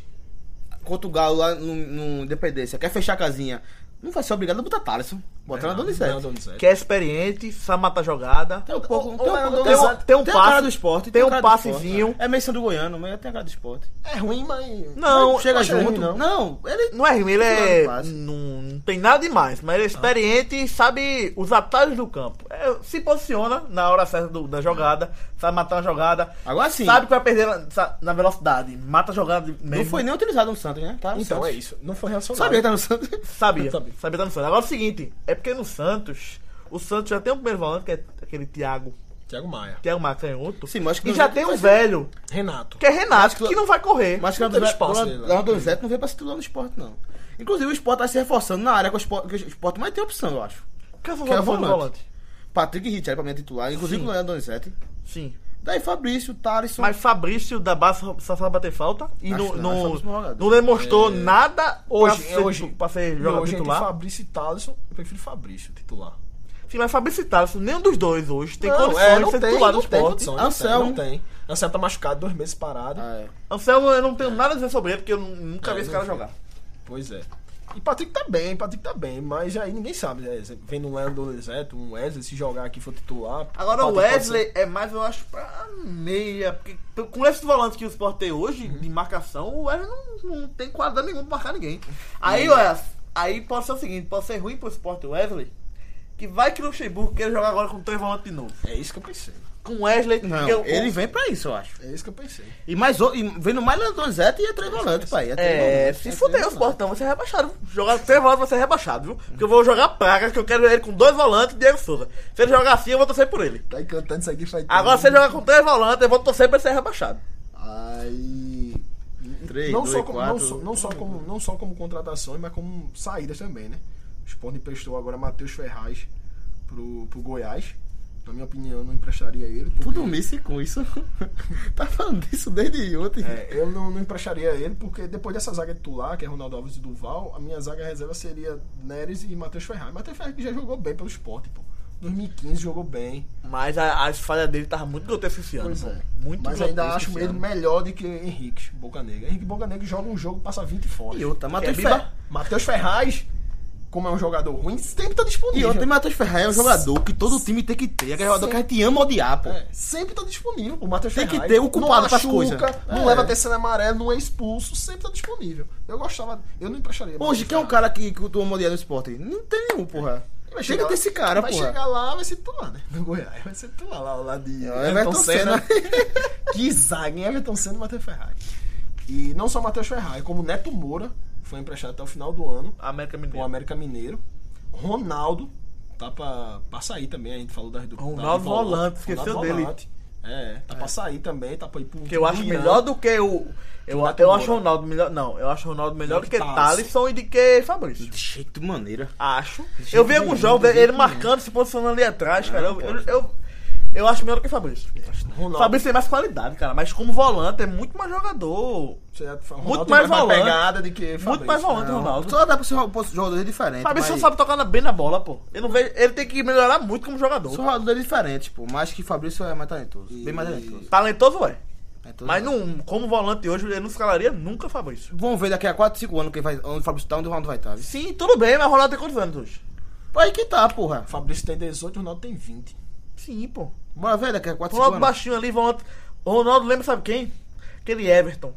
Speaker 4: contra o Galo lá no, no Independência. Quer fechar a casinha? Não vai ser obrigado a botar Thaleson. Botar
Speaker 2: Ah,
Speaker 4: na
Speaker 3: Leandro
Speaker 4: Donizete.
Speaker 3: Donizete.
Speaker 2: Que é experiente, sabe matar jogada.
Speaker 4: Tem um
Speaker 2: Ou-
Speaker 4: pouco.
Speaker 2: ou-
Speaker 4: Tem um
Speaker 2: ou-
Speaker 4: pouco.
Speaker 2: tem um- tem um
Speaker 4: tem a cara
Speaker 2: passe-
Speaker 4: do esporte.
Speaker 2: tem
Speaker 4: a
Speaker 2: um
Speaker 4: cara do esporte.
Speaker 2: passezinho.
Speaker 4: É menção do Goiano, mas tem a cara do esporte.
Speaker 3: É ruim, mas.
Speaker 2: Não,
Speaker 3: mas
Speaker 4: Chega
Speaker 3: acho ruim,
Speaker 4: junto.
Speaker 3: não.
Speaker 4: Não, ele.
Speaker 2: Não é ruim, ele é.
Speaker 4: Claro, quase.
Speaker 2: Não, não tem nada demais, mas ele é experiente e sabe os atalhos do campo. É, se posiciona na hora certa do- da jogada, sabe matar uma jogada.
Speaker 4: Agora Ah, sim.
Speaker 2: Sabe que vai perder na, sa- na velocidade, mata a jogada mesmo.
Speaker 4: Não foi nem utilizado no Santos, né? Tá no
Speaker 3: Então
Speaker 4: Santos.
Speaker 3: é isso. Não foi relacionado.
Speaker 4: Sabia que tá no Santos.
Speaker 2: Sabia,
Speaker 3: Sabia.
Speaker 2: sabia, tá no Santos. Agora é o seguinte, é porque no Santos, o Santos já tem um primeiro volante, que é aquele Thiago,
Speaker 3: Thiago Maia.
Speaker 2: Thiago Macanhoto.
Speaker 4: Sim, mas acho que
Speaker 2: E
Speaker 4: não
Speaker 2: já
Speaker 4: vai-
Speaker 2: tem um
Speaker 4: vai ser-
Speaker 2: velho,
Speaker 3: Renato.
Speaker 2: que é Renato,
Speaker 4: que-
Speaker 2: que, não vai correr.
Speaker 4: Mas que
Speaker 3: Não
Speaker 4: o
Speaker 3: teve espaço dele lá.
Speaker 4: Leandro Donizete não veio pra se titular no esporte, não. Inclusive, o esporte tá se reforçando na área que o esporte, que o esporte mais tem opção, eu acho.
Speaker 2: Quem é o
Speaker 4: que é
Speaker 2: volante?
Speaker 4: volante.
Speaker 2: volante?
Speaker 4: Patrick Richard pra mim é titular, inclusive
Speaker 2: Sim.
Speaker 4: o Leandro Donizete.
Speaker 2: Sim.
Speaker 4: Daí Fabrício, Thaleson.
Speaker 2: Mas Fabrício da base só sabe bater falta e
Speaker 4: Acho
Speaker 2: não,
Speaker 4: não,
Speaker 2: não,
Speaker 4: Fabrício não joga.
Speaker 2: não demonstrou
Speaker 3: É.
Speaker 2: nada
Speaker 3: Hoje-
Speaker 2: pra ser,
Speaker 3: hoje-
Speaker 2: pra ser
Speaker 3: E
Speaker 2: jogador
Speaker 3: hoje entre
Speaker 2: titular.
Speaker 3: Fabrício e Thaleson, eu prefiro Fabrício titular.
Speaker 2: Sim, mas Fabrício e Thales, nenhum dos dois hoje tem
Speaker 3: Não,
Speaker 2: condições
Speaker 3: é,
Speaker 2: de
Speaker 3: não
Speaker 2: ser
Speaker 3: tem,
Speaker 2: titular do
Speaker 3: não tem
Speaker 2: esporte.
Speaker 3: condições,
Speaker 4: Anselmo.
Speaker 3: Não tem. não tem. Anselmo tá machucado, dois meses parado.
Speaker 4: Ah, é.
Speaker 2: Anselmo, eu não tenho nada a dizer sobre ele, porque eu nunca
Speaker 3: É,
Speaker 2: vi esse
Speaker 3: não
Speaker 2: cara
Speaker 3: sei.
Speaker 2: jogar.
Speaker 3: Pois é. E Patrick tá bem, Patrick tá bem, mas aí ninguém sabe, né? Vendo um Leandro Donizete, um Wesley, se jogar aqui for titular.
Speaker 2: Agora o
Speaker 3: Patrick pode ser-
Speaker 2: Wesley é mais, eu acho, pra meia. Porque p- com esses volantes que o Sport tem hoje,
Speaker 3: Uhum.
Speaker 2: de marcação, o Wesley não, não tem qualidade nenhuma pra marcar ninguém. Aí, olha, aí pode ser o seguinte, pode ser ruim pro Sport o Wesley, que vai que o Luxemburgo queira jogar agora com três volantes de novo.
Speaker 3: É isso que eu pensei.
Speaker 2: Com o Wesley,
Speaker 4: Não,
Speaker 2: porque o-
Speaker 4: ele vem pra isso, eu acho.
Speaker 3: É isso que eu pensei.
Speaker 4: E mais o- e vendo mais Leandro Donizete e é três volantes, pai. três
Speaker 2: É, se
Speaker 4: volantes, é três
Speaker 2: fuder o
Speaker 4: volantes.
Speaker 2: Sportão, vai ser rebaixado. viu? Jogar três volantes vai ser rebaixado, viu? Porque eu vou jogar praga, que eu quero ele com dois volantes e Diego Souza. Se ele jogar assim, eu vou torcer por ele.
Speaker 3: Tá encantando isso aqui, faz
Speaker 2: Agora, se ele jogar com três volantes, eu vou torcer pra ele ser rebaixado.
Speaker 3: Aí.
Speaker 4: Três,
Speaker 3: não,
Speaker 4: dois,
Speaker 3: só como, não
Speaker 4: quatro.
Speaker 3: só- não só como, não só como contratações, mas como saídas também, né? O Sport emprestou agora Matheus Ferraz pro, pro Goiás. Na minha opinião, eu não emprestaria ele. porque-
Speaker 4: Tu dormisse com isso? [LAUGHS] tá falando isso desde ontem.
Speaker 3: É, eu não, não emprestaria ele, porque depois dessa zaga titular, que é Ronaldo Alves e Duval, a minha zaga reserva seria Neres e Matheus Ferraz. Matheus Ferraz que já jogou bem pelo Sport, pô. 2015 jogou bem.
Speaker 2: Mas a, as falhas dele estavam muito grotescas esse ano.
Speaker 3: Pois
Speaker 2: pô.
Speaker 3: é.
Speaker 2: Muito
Speaker 3: Mas ainda
Speaker 2: grotescas
Speaker 3: acho
Speaker 2: esse
Speaker 3: ele
Speaker 2: ano.
Speaker 3: melhor do que Henrique Boca Negra. Henrique Boca Negra joga um jogo, passa 20 fora.
Speaker 4: E outra, Matheus
Speaker 2: É, Biba-
Speaker 4: Ferraz.
Speaker 3: Matheus Ferraz, como é um jogador ruim, sempre tá disponível.
Speaker 4: E outra, Matheus Ferraz é um jogador que todo time tem que ter. Aquele jogador que a gente ama odiar, pô.
Speaker 3: É, sempre tá disponível. O Matheus
Speaker 4: Tem que
Speaker 3: Ferraz.
Speaker 4: ter o culpado
Speaker 3: não
Speaker 4: pras
Speaker 3: machuca,
Speaker 4: coisas.
Speaker 3: Não
Speaker 4: É.
Speaker 3: leva terceiro amarelo, não é expulso, sempre tá disponível. Eu gostava, eu não emprestaria.
Speaker 4: Hoje,
Speaker 3: Matheus
Speaker 4: quem é um
Speaker 3: Ferraz.
Speaker 4: cara que, que tu ama odiar no esporte? Não tem nenhum, porra.
Speaker 3: Vai
Speaker 4: Chega
Speaker 3: chegar
Speaker 4: ter
Speaker 3: lá-
Speaker 4: esse cara,
Speaker 3: vai
Speaker 4: porra.
Speaker 3: chegar lá, vai ser titular, né? No Goiás, vai ser titular lá, lá de
Speaker 4: É, Everton Senna. [LAUGHS]
Speaker 3: que zaga, hein? Everton Senna e Matheus Ferraz. E não só Matheus Ferraz, como Neto Moura, foi emprestado até o final do ano
Speaker 2: América
Speaker 3: o
Speaker 2: Mineiro.
Speaker 3: América Mineiro. Ronaldo, tá pra, pra sair também, a gente falou das do da-
Speaker 2: Ronaldo
Speaker 3: de volante.
Speaker 2: volante, esqueceu dele.
Speaker 3: volante. É, tá pra sair também, tá pra ir pro.
Speaker 2: Que eu acho
Speaker 3: pro Irã.
Speaker 2: melhor do que o. Eu,
Speaker 3: Renato
Speaker 2: eu acho o
Speaker 3: Moura.
Speaker 2: Ronaldo melhor. Não, eu acho o Ronaldo melhor do que
Speaker 3: Thales.
Speaker 2: Thalisson e de que Fabrício.
Speaker 4: De jeito maneira.
Speaker 2: Acho. Eu vi alguns jogos dele- ele marcando, se posicionando ali atrás, cara. Eu, eu, eu, eu acho melhor do que Fabrício.
Speaker 3: Ronaldo.
Speaker 2: Fabrício tem mais qualidade, cara. Mas como volante é muito mais jogador.
Speaker 3: Você já- Ronaldo
Speaker 2: Muito
Speaker 3: tem
Speaker 2: mais volante.
Speaker 3: pegada do que
Speaker 2: muito
Speaker 3: Fabrício. né?
Speaker 2: mais volante,
Speaker 4: Não,
Speaker 2: Ronaldo.
Speaker 4: só dá pra ser um jogador diferente.
Speaker 2: Fabrício
Speaker 4: mas-
Speaker 2: sabe tocar na- bem na bola, pô. Eu não vejo, ele tem que melhorar muito como jogador.
Speaker 4: São jogadores diferentes, pô. Mas que Fabrício é mais talentoso. Bem mais talentoso.
Speaker 2: Talentoso é.
Speaker 4: Talentoso
Speaker 2: Mas
Speaker 4: é.
Speaker 2: não, como volante hoje, ele não escalaria nunca Fabrício.
Speaker 4: Vamos ver daqui a 4, 5 anos quem vai, onde o Fabrício tá, onde o Ronaldo vai estar. viu?
Speaker 2: Sim, tudo bem, mas o Ronaldo tem quantos anos hoje?
Speaker 4: Pô, Aí que tá, porra.
Speaker 3: Fabrício tem 18, o Ronaldo tem 20.
Speaker 2: Sim, pô.
Speaker 4: Bora ver daqui a 4
Speaker 2: Ronaldo
Speaker 4: anos.
Speaker 2: baixinho ali, volante. O Ronaldo lembra, sabe quem? Aquele Everton.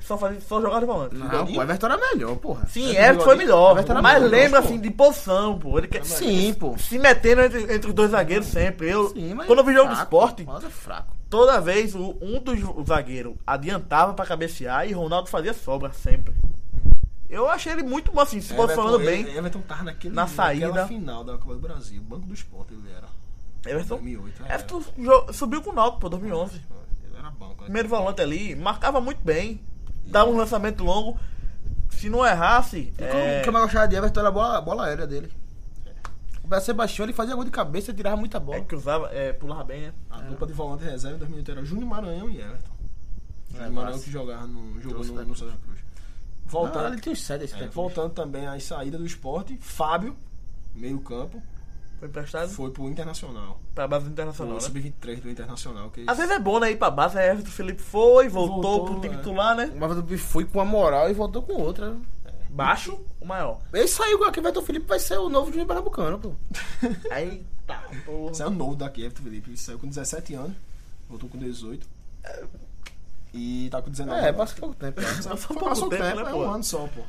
Speaker 2: Só, fazia, só jogava de volante.
Speaker 4: Não, pô, Everton era melhor, porra.
Speaker 2: Sim, Everton foi melhor.
Speaker 4: Everton era
Speaker 2: mas
Speaker 4: melhor,
Speaker 2: lembra,
Speaker 4: tá pô.
Speaker 2: assim, de posição, pô. Ele quer...
Speaker 4: Sim, pô.
Speaker 2: Se metendo entre, entre os dois zagueiros sempre. Eu,
Speaker 4: Sim, mas
Speaker 2: quando eu vi jogo do
Speaker 4: fraco,
Speaker 2: esporte,
Speaker 4: Ronaldo é fraco.
Speaker 2: toda vez o- um dos zagueiros adiantava pra cabecear e Ronaldo fazia sobra sempre. Eu achei ele muito bom, assim, se posicionando bem.
Speaker 3: Everton tava naquele,
Speaker 2: Na saída.
Speaker 3: naquela final da Copa do Brasil. Banco do esporte ele era.
Speaker 2: Everton,
Speaker 3: 2008,
Speaker 4: né?
Speaker 3: é.
Speaker 2: Everton jo- subiu com o Náutico, pô, 2011.
Speaker 3: Ele era banco. né?
Speaker 2: Primeiro volante ali, marcava muito bem. Dava um lançamento longo. Se não errasse...
Speaker 4: E como-
Speaker 2: é,
Speaker 4: O que eu mais gostava de Everton era a bola, a bola aérea dele. O Brasil Sebastião, ele fazia gol de cabeça e tirava muita
Speaker 2: é,
Speaker 4: bola.
Speaker 2: cruzava, é, pulava bem, né?
Speaker 3: A dupla de volante reserva em 2008 era Júnior Maranhão e Everton. Júnior Maranhão
Speaker 4: É, massa.
Speaker 3: que jogava no, jogou
Speaker 4: Trouxe
Speaker 3: no,
Speaker 4: da
Speaker 3: no Santa Cruz.
Speaker 4: Não,
Speaker 2: né?
Speaker 3: Voltando,
Speaker 4: ele tinha uns 7 esse
Speaker 3: é,
Speaker 4: tempo.
Speaker 3: voltando também à saída do esporte, Fábio, meio campo,
Speaker 2: Foi emprestado
Speaker 3: foi pro Internacional.
Speaker 2: pra base
Speaker 3: Pro
Speaker 2: internacional, né?
Speaker 3: Sub-23 do Internacional. Que
Speaker 2: Às vezes é bom, né? Ir pra base, aí Everton Felipe foi, voltou,
Speaker 3: Voltou,
Speaker 2: pro time
Speaker 3: é.
Speaker 2: titular, né?
Speaker 4: Mas o bicho foi com uma moral e voltou com outra.
Speaker 2: Baixo, o maior.
Speaker 4: Ele saiu com aqui, vai ter Felipe, vai ser é o novo Júnior Pernambucano, pô.
Speaker 3: [LAUGHS]
Speaker 2: Aí tá, porra.
Speaker 3: Saiu é novo daqui, Everton Felipe. Ele saiu com 17 anos, voltou com 18. E tá com 19
Speaker 4: É,
Speaker 3: agora.
Speaker 4: passa pouco tempo. né?
Speaker 3: Saiu-
Speaker 2: Só
Speaker 3: foi-
Speaker 2: pouco
Speaker 3: passou
Speaker 2: tempo,
Speaker 3: tempo,
Speaker 2: né,
Speaker 3: é
Speaker 2: pô?
Speaker 3: um ano só, pô.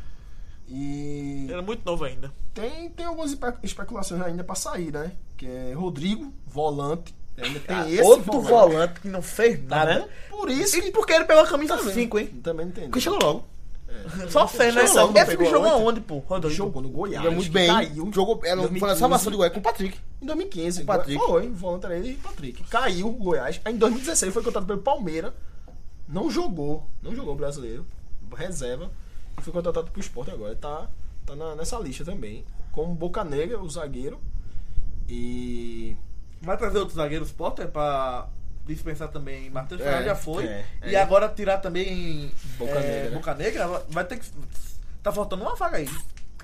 Speaker 3: E
Speaker 2: Era muito novo ainda.
Speaker 3: tem, tem algumas espe- especulações ainda pra sair, né? Que é Rodrigo, volante. Ainda tem
Speaker 2: Ah,
Speaker 3: esse
Speaker 2: Outro
Speaker 3: volante.
Speaker 2: volante. que não fez
Speaker 3: Tá
Speaker 2: nada, né?
Speaker 3: Por isso
Speaker 2: E
Speaker 3: que
Speaker 2: porque ele pegou a camisa
Speaker 4: Tá vendo?
Speaker 2: 5, hein?
Speaker 3: também não tem.
Speaker 4: Porque chegou logo.
Speaker 2: Só sei, né?
Speaker 3: Chegou, não
Speaker 2: Esse
Speaker 3: pegou
Speaker 2: jogou
Speaker 3: ontem.
Speaker 2: aonde, pô? Rodrigo.
Speaker 3: Jogou no Goiás.
Speaker 4: Ele é muito
Speaker 3: que
Speaker 4: bem.
Speaker 3: Caiu.
Speaker 4: Jogou,
Speaker 2: um,
Speaker 4: ela foi na
Speaker 3: 2015.
Speaker 2: né?
Speaker 4: salvação do Goiás com o Patrick.
Speaker 3: Em 2015.
Speaker 4: Patrick.
Speaker 3: Foi, volante era ele e Patrick. Caiu o Goiás. Aí em 2016 foi contratado pelo Palmeiras. Não jogou. Não jogou o brasileiro. Reserva. E foi contratado pro Sport agora. Tá, tá na- nessa lista também. Como Boca Negra, o zagueiro. E.
Speaker 2: Vai trazer outros zagueiros Potter é pra dispensar também. Matheus
Speaker 4: É,
Speaker 2: Ferraz já foi.
Speaker 3: é,
Speaker 2: e
Speaker 3: é.
Speaker 2: agora tirar também é,
Speaker 3: Boca Negra, né?
Speaker 2: Boca Negra. Vai ter que. Tá faltando uma vaga aí.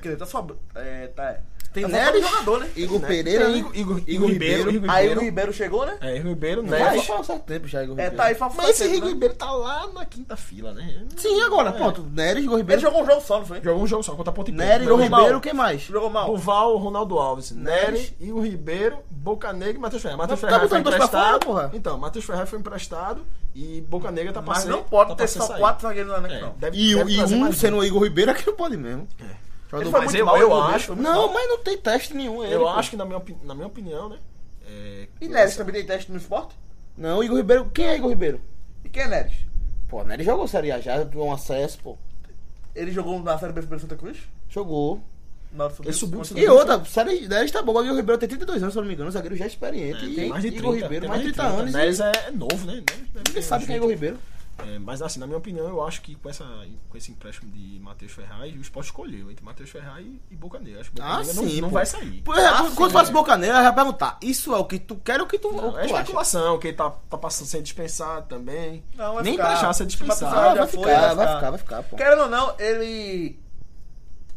Speaker 2: Quer dizer, tá só. É, tá,
Speaker 4: Tem
Speaker 2: tá faltando
Speaker 4: Neres,
Speaker 2: jogador, né?
Speaker 4: Igor
Speaker 3: Né?
Speaker 4: Pereira,
Speaker 3: Tem
Speaker 4: né?
Speaker 3: Igor- Igor-
Speaker 4: Igor
Speaker 3: Igor
Speaker 4: Ribeiro.
Speaker 3: Ribeiro.
Speaker 2: Aí o Ribeiro chegou, né?
Speaker 3: É, Ribeiro não
Speaker 2: Né?
Speaker 4: Mas
Speaker 3: vai.
Speaker 4: já foi há um certo tempo já, Igor
Speaker 2: É,
Speaker 4: Ribeiro.
Speaker 2: tá aí pra
Speaker 3: Mas esse
Speaker 2: né?
Speaker 3: Rico Ribeiro tá lá na quinta fila, né?
Speaker 4: Sim, agora,
Speaker 3: É.
Speaker 4: pronto. Neres, Igor
Speaker 2: Ele
Speaker 4: Ribeiro.
Speaker 2: jogou um jogo só, não foi?
Speaker 3: Jogou um jogo só contra a Ponte
Speaker 4: Neres,
Speaker 3: Preta.
Speaker 4: Igor
Speaker 2: Jogou mal.
Speaker 4: Ribeiro, quem mais?
Speaker 2: Jogou mal.
Speaker 3: Duval, Ronaldo Alves,
Speaker 4: Neres.
Speaker 3: Nery e o Ribeiro, Boca Negra e Matheus Ferreira.
Speaker 4: Mas
Speaker 3: Matheus
Speaker 4: tá
Speaker 3: Ferreira foi
Speaker 4: botando dois pra fora,
Speaker 3: emprestado.
Speaker 4: porra?
Speaker 3: Então, Matheus Ferreira foi emprestado e Boca Negra tá
Speaker 2: Mas
Speaker 3: passando.
Speaker 2: não pode
Speaker 3: tá pra
Speaker 2: ter
Speaker 3: ser
Speaker 2: só
Speaker 3: saído.
Speaker 2: quatro zagueiros lá, né?
Speaker 3: É,
Speaker 2: Não.
Speaker 3: deve-
Speaker 4: E,
Speaker 3: deve
Speaker 4: e
Speaker 3: trazer
Speaker 4: um
Speaker 3: mais
Speaker 4: sendo o Igor Ribeiro, aqui não pode mesmo.
Speaker 2: Ele
Speaker 4: Jogador
Speaker 2: foi
Speaker 3: Mas
Speaker 2: muito
Speaker 3: eu,
Speaker 2: mal,
Speaker 3: eu
Speaker 2: Igor
Speaker 3: acho.
Speaker 2: Ribeiro.
Speaker 4: Não, mas não tem teste nenhum. é Ele,
Speaker 3: Eu
Speaker 4: pô.
Speaker 3: acho que, na minha, opi- na minha opinião, né? é,
Speaker 2: E Neres também tem teste no esporte?
Speaker 4: Não, Igor Ribeiro. Quem é Igor Ribeiro?
Speaker 2: E quem é Neres?
Speaker 4: Pô, Neres jogou Série A já, deu um acesso, pô.
Speaker 2: Ele jogou na Série B do Santa Cruz?
Speaker 4: Jogou.
Speaker 2: Na hora subiu.
Speaker 3: Ele subiu,
Speaker 2: Contra-
Speaker 4: E outra, série 10 tá bom. O Igor Ribeiro tem 32 anos, se eu não me engano, o zagueiro já é experiente.
Speaker 3: tem
Speaker 4: e
Speaker 3: mais de 30,
Speaker 4: Igor Ribeiro,
Speaker 3: tem
Speaker 4: mais de 30, anos.
Speaker 3: Neres é, é novo, né? Neres deve
Speaker 4: e Ninguém
Speaker 3: ter
Speaker 4: sabe
Speaker 3: um
Speaker 4: quem é
Speaker 3: jeito.
Speaker 4: Igor Ribeiro.
Speaker 3: É, mas assim, na minha opinião, eu acho que com, essa, com esse empréstimo de Matheus Ferraz, o esporte escolheu entre Matheus Ferraz e, e Boca Negra. Acho que Boca
Speaker 4: Ah,
Speaker 3: Negra
Speaker 4: sim,
Speaker 3: não, não
Speaker 4: pô.
Speaker 3: vai sair.
Speaker 4: Pô, é,
Speaker 2: Ah,
Speaker 4: quando
Speaker 2: sim,
Speaker 4: tu faz
Speaker 2: é.
Speaker 4: boca nele, ela vai perguntar: Isso é o que tu quer ou o que tu, o
Speaker 3: Não,
Speaker 4: que
Speaker 3: é
Speaker 4: tu acha?
Speaker 3: especulação, que ele tá, tá passando sem dispensar também.
Speaker 2: Não, vai
Speaker 3: Nem
Speaker 2: ficar.
Speaker 3: pra achar ser dispensado.
Speaker 2: Se
Speaker 4: Ah,
Speaker 2: matar o
Speaker 4: vai,
Speaker 2: Ferraz já
Speaker 4: ficar,
Speaker 2: foi,
Speaker 4: vai ficar, vai ficar, pô.
Speaker 2: Querendo ou não, ele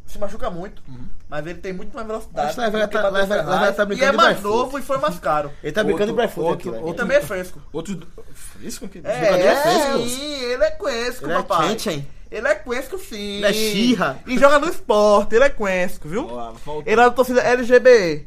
Speaker 2: se machuca muito, mas ele tem muito mais velocidade.
Speaker 4: Acho que Lever
Speaker 2: do que
Speaker 4: tá-
Speaker 2: Matheus
Speaker 4: Lever-
Speaker 2: Ferraz,
Speaker 4: Lever
Speaker 2: e
Speaker 4: tá
Speaker 2: é
Speaker 4: brincando de
Speaker 2: mais
Speaker 4: Brightfoot.
Speaker 2: novo e foi mais caro.
Speaker 4: Ele tá brincando de
Speaker 3: Outro-
Speaker 4: Brightfoot aqui,
Speaker 3: outro-
Speaker 4: velho.
Speaker 2: E
Speaker 3: outro-
Speaker 2: também é fresco.
Speaker 3: Outro. Fresco aqui?
Speaker 2: É,
Speaker 4: jogador é fresco.
Speaker 2: sim, ele é cuesco,
Speaker 4: Ele é
Speaker 2: papai.
Speaker 4: quente, hein?
Speaker 2: Ele é cuesco, sim.
Speaker 4: Ele é xirra.
Speaker 2: E joga no esporte, ele é cuesco, viu?
Speaker 3: Ó, volta-
Speaker 2: Ele é da torcida LGB.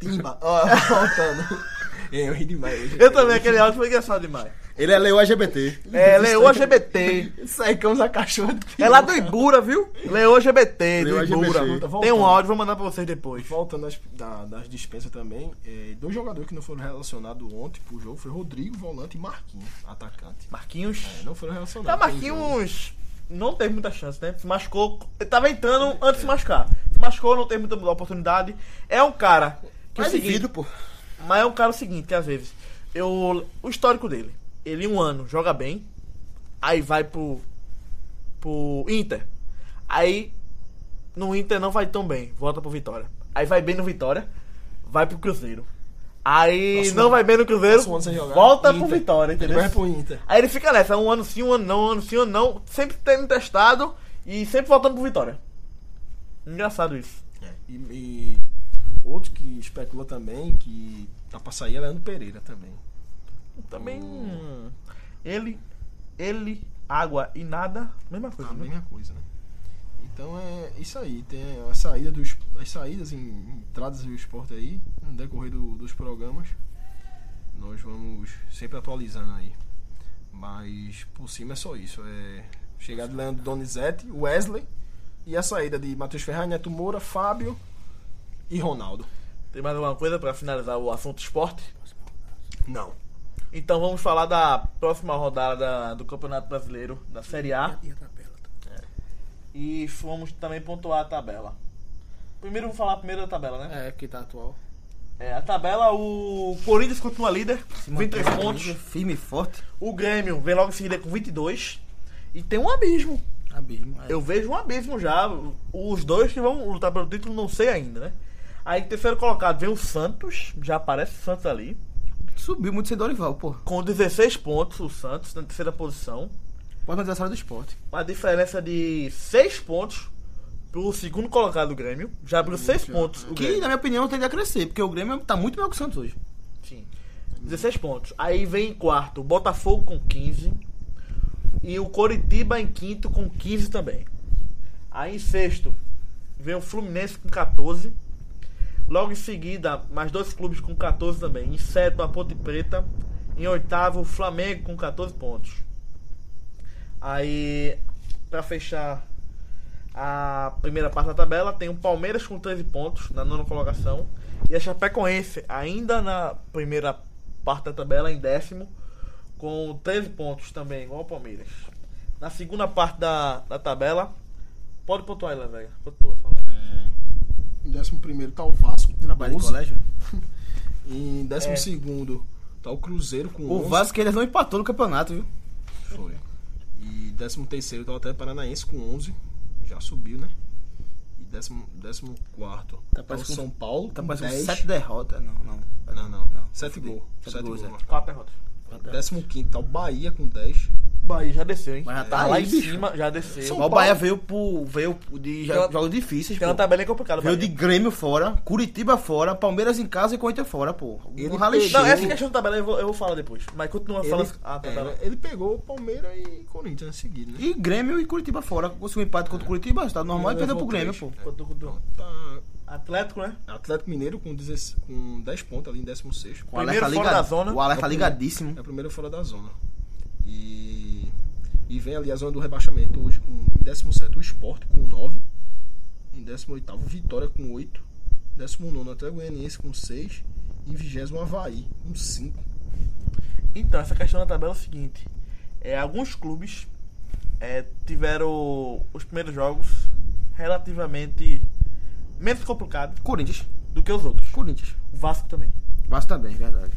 Speaker 3: Timba. [LAUGHS] Ó, voltando. É, [LAUGHS] eu ri demais hoje.
Speaker 2: Eu também, aquele áudio foi engraçado demais.
Speaker 4: Ele é leu LGBT.
Speaker 2: É, Leoa LGBT.
Speaker 3: Saicamos a cachorra do
Speaker 2: É lá do Ibura, viu? Leoa LGBT, do
Speaker 4: Leoa LGBT.
Speaker 2: Ibura.
Speaker 3: Tá
Speaker 2: Tem um
Speaker 3: voltando.
Speaker 2: áudio, vou mandar pra vocês depois.
Speaker 3: Voltando às, da- das dispensas também, é, dois jogadores que não foram relacionados ontem pro jogo foi Rodrigo, volante, e Marquinhos, atacante.
Speaker 2: Marquinhos.
Speaker 3: É, não foram relacionados.
Speaker 2: Tá,
Speaker 3: pro jogo.
Speaker 2: Marquinhos não teve muita chance, né? Se machucou. Ele tava entrando antes de se machucar. Se machucou, não teve muita oportunidade. É um cara. Que é o
Speaker 4: Mas
Speaker 2: seguinte,
Speaker 4: devido, pô.
Speaker 2: mas é um cara o seguinte, que às vezes. Eu, o histórico dele. Ele um ano joga bem. Aí vai pro. pro Inter. Aí. No Inter não vai tão bem. Volta pro Vitória. Aí vai bem no Vitória. Vai pro Cruzeiro. Aí
Speaker 3: Passa
Speaker 2: não
Speaker 3: um-
Speaker 2: vai bem no Cruzeiro.
Speaker 3: passa um ano sem jogar.
Speaker 2: Volta pro
Speaker 3: Inter.
Speaker 2: Vitória,
Speaker 3: Ele
Speaker 2: entendeu?
Speaker 3: vai pro Inter.
Speaker 2: Aí ele fica nessa, um ano sim, um ano não, um ano sim, um ano não, sempre tendo testado e sempre voltando pro Vitória. Engraçado isso.
Speaker 3: É, E, e outro que especula também, que tá pra sair, é Leandro Pereira também.
Speaker 2: Também. hum, Ele. Ele, água e nada, mesma coisa.
Speaker 3: É A
Speaker 2: né?
Speaker 3: mesma coisa, né? Então é isso aí. Tem a saída dos, as saídas em entradas do esporte aí, no decorrer do- dos programas. Nós vamos sempre atualizando aí. Mas por cima é só isso. É chegada de Leandro Donizete, Wesley e a saída de Matheus Ferraz, Neto Moura, Fábio e Ronaldo.
Speaker 2: Tem mais alguma coisa pra finalizar o assunto esporte?
Speaker 3: Não.
Speaker 2: Então vamos falar da próxima rodada da- do Campeonato Brasileiro da Série A.
Speaker 4: E a tabela.
Speaker 2: E vamos também pontuar a tabela. Primeiro vou falar primeiro da tabela, né?
Speaker 4: É, que tá atual.
Speaker 2: É, a tabela, o Corinthians continua líder, 23 pontos.
Speaker 4: Firme e forte.
Speaker 2: O Grêmio vem logo em seguida com 22. E tem um abismo.
Speaker 4: Abismo. é.
Speaker 2: Eu vejo um abismo já. Os dois que vão lutar pelo título, não sei ainda, né? Aí, terceiro colocado, vem o Santos. Já aparece o Santos ali.
Speaker 4: Subiu muito sem Dorival, pô.
Speaker 2: Com 16 pontos, o Santos, na terceira posição.
Speaker 4: Pode adversário do esporte.
Speaker 2: Uma diferença de 6 pontos pro segundo colocado do Grêmio. Já abriu 6 pontos. O
Speaker 4: Que,
Speaker 2: Grêmio.
Speaker 4: na minha opinião, tende a crescer, porque o Grêmio tá muito melhor que o Santos hoje.
Speaker 2: Sim. 16 pontos. Aí vem em quarto o Botafogo com 15. E o Coritiba em quinto com 15 também. Aí em sexto vem o Fluminense com 14. Logo em seguida, mais dois clubes com 14 também. Em sétimo, a Ponte Preta. Em oitavo, o Flamengo com 14 pontos. Aí, pra fechar a primeira parte da tabela, tem o Palmeiras com 13 pontos na nona colocação. E a Chapecoense, ainda na primeira parte da tabela, em décimo, com 13 pontos também, igual o Palmeiras. Na segunda parte da, da tabela, pode pontuar aí, Lavega. Pontua, fala.
Speaker 3: Em décimo primeiro tá o Vasco. com
Speaker 4: Trabalho de
Speaker 3: 12.
Speaker 4: colégio.
Speaker 3: Em décimo
Speaker 2: É.
Speaker 3: segundo tá o Cruzeiro com
Speaker 4: O
Speaker 3: 11.
Speaker 4: Vasco ainda não empatou no campeonato, viu?
Speaker 3: Foi. E 13 terceiro tá o Atlético Paranaense com 11. Já subiu, né? E 14 quarto tá, o
Speaker 4: parecendo-
Speaker 3: São Paulo
Speaker 4: Tá
Speaker 3: com
Speaker 4: parecendo
Speaker 3: 10.
Speaker 4: sete derrotas. Não, não.
Speaker 3: Não, não.
Speaker 4: Não,
Speaker 3: 7
Speaker 4: fudeu.
Speaker 3: gols.
Speaker 4: Sete
Speaker 3: 7
Speaker 4: gols,
Speaker 3: gols.
Speaker 4: é.
Speaker 2: Quatro derrotas.
Speaker 3: Décimo quinto tá o Bahia com 10.
Speaker 2: Bahia já desceu, hein?
Speaker 4: Mas já tá
Speaker 2: lá
Speaker 4: aí,
Speaker 2: em
Speaker 4: bicho.
Speaker 2: cima, já desceu.
Speaker 4: Só o Bahia veio pro. veio
Speaker 2: Tem
Speaker 4: de
Speaker 2: uma-
Speaker 4: jo- jogos difíceis,
Speaker 2: Tem uma
Speaker 4: pô.
Speaker 2: tabelinha complicada.
Speaker 4: Veio de
Speaker 2: Bahia.
Speaker 4: Grêmio fora, Curitiba fora, Palmeiras em casa e Corinthians fora, pô.
Speaker 3: Ele
Speaker 4: Um rally
Speaker 3: perdeu-
Speaker 2: Não,
Speaker 4: cheio.
Speaker 2: essa questão da tabela eu vou, eu vou falar depois. Mas continua
Speaker 3: Ele,
Speaker 2: falando
Speaker 4: Ah,
Speaker 2: a
Speaker 4: tá,
Speaker 2: tabela.
Speaker 3: é, ele pegou o Palmeiras e Corinthians em seguida, né?
Speaker 4: E Grêmio e Curitiba fora. Conseguiu um empate contra o Curitiba, tá normal, e
Speaker 3: Ele
Speaker 4: perdeu pro
Speaker 3: levou
Speaker 4: Grêmio,
Speaker 3: três.
Speaker 4: pô.
Speaker 2: Continua, continua.
Speaker 3: Pronto, tá
Speaker 2: Atlético, né?
Speaker 3: Atlético Mineiro com 10, com 10 pontos ali em 16.
Speaker 4: O alerta,
Speaker 2: Primeiro fora
Speaker 4: liga-
Speaker 2: da zona.
Speaker 4: o alerta ligadíssimo.
Speaker 3: É o primeiro fora da zona. E, e vem ali a zona do rebaixamento hoje com em 17 o Sport com 9. Em 18 Vitória com 8. 19 até Goianiense com 6. Em 20 Havaí com 5.
Speaker 2: Então, essa questão da tabela é o seguinte: é, alguns clubes é, tiveram os primeiros jogos relativamente menos complicados
Speaker 4: Corinthians.
Speaker 2: do que os outros.
Speaker 4: Corinthians.
Speaker 2: O Vasco também.
Speaker 4: Vasco também, é verdade.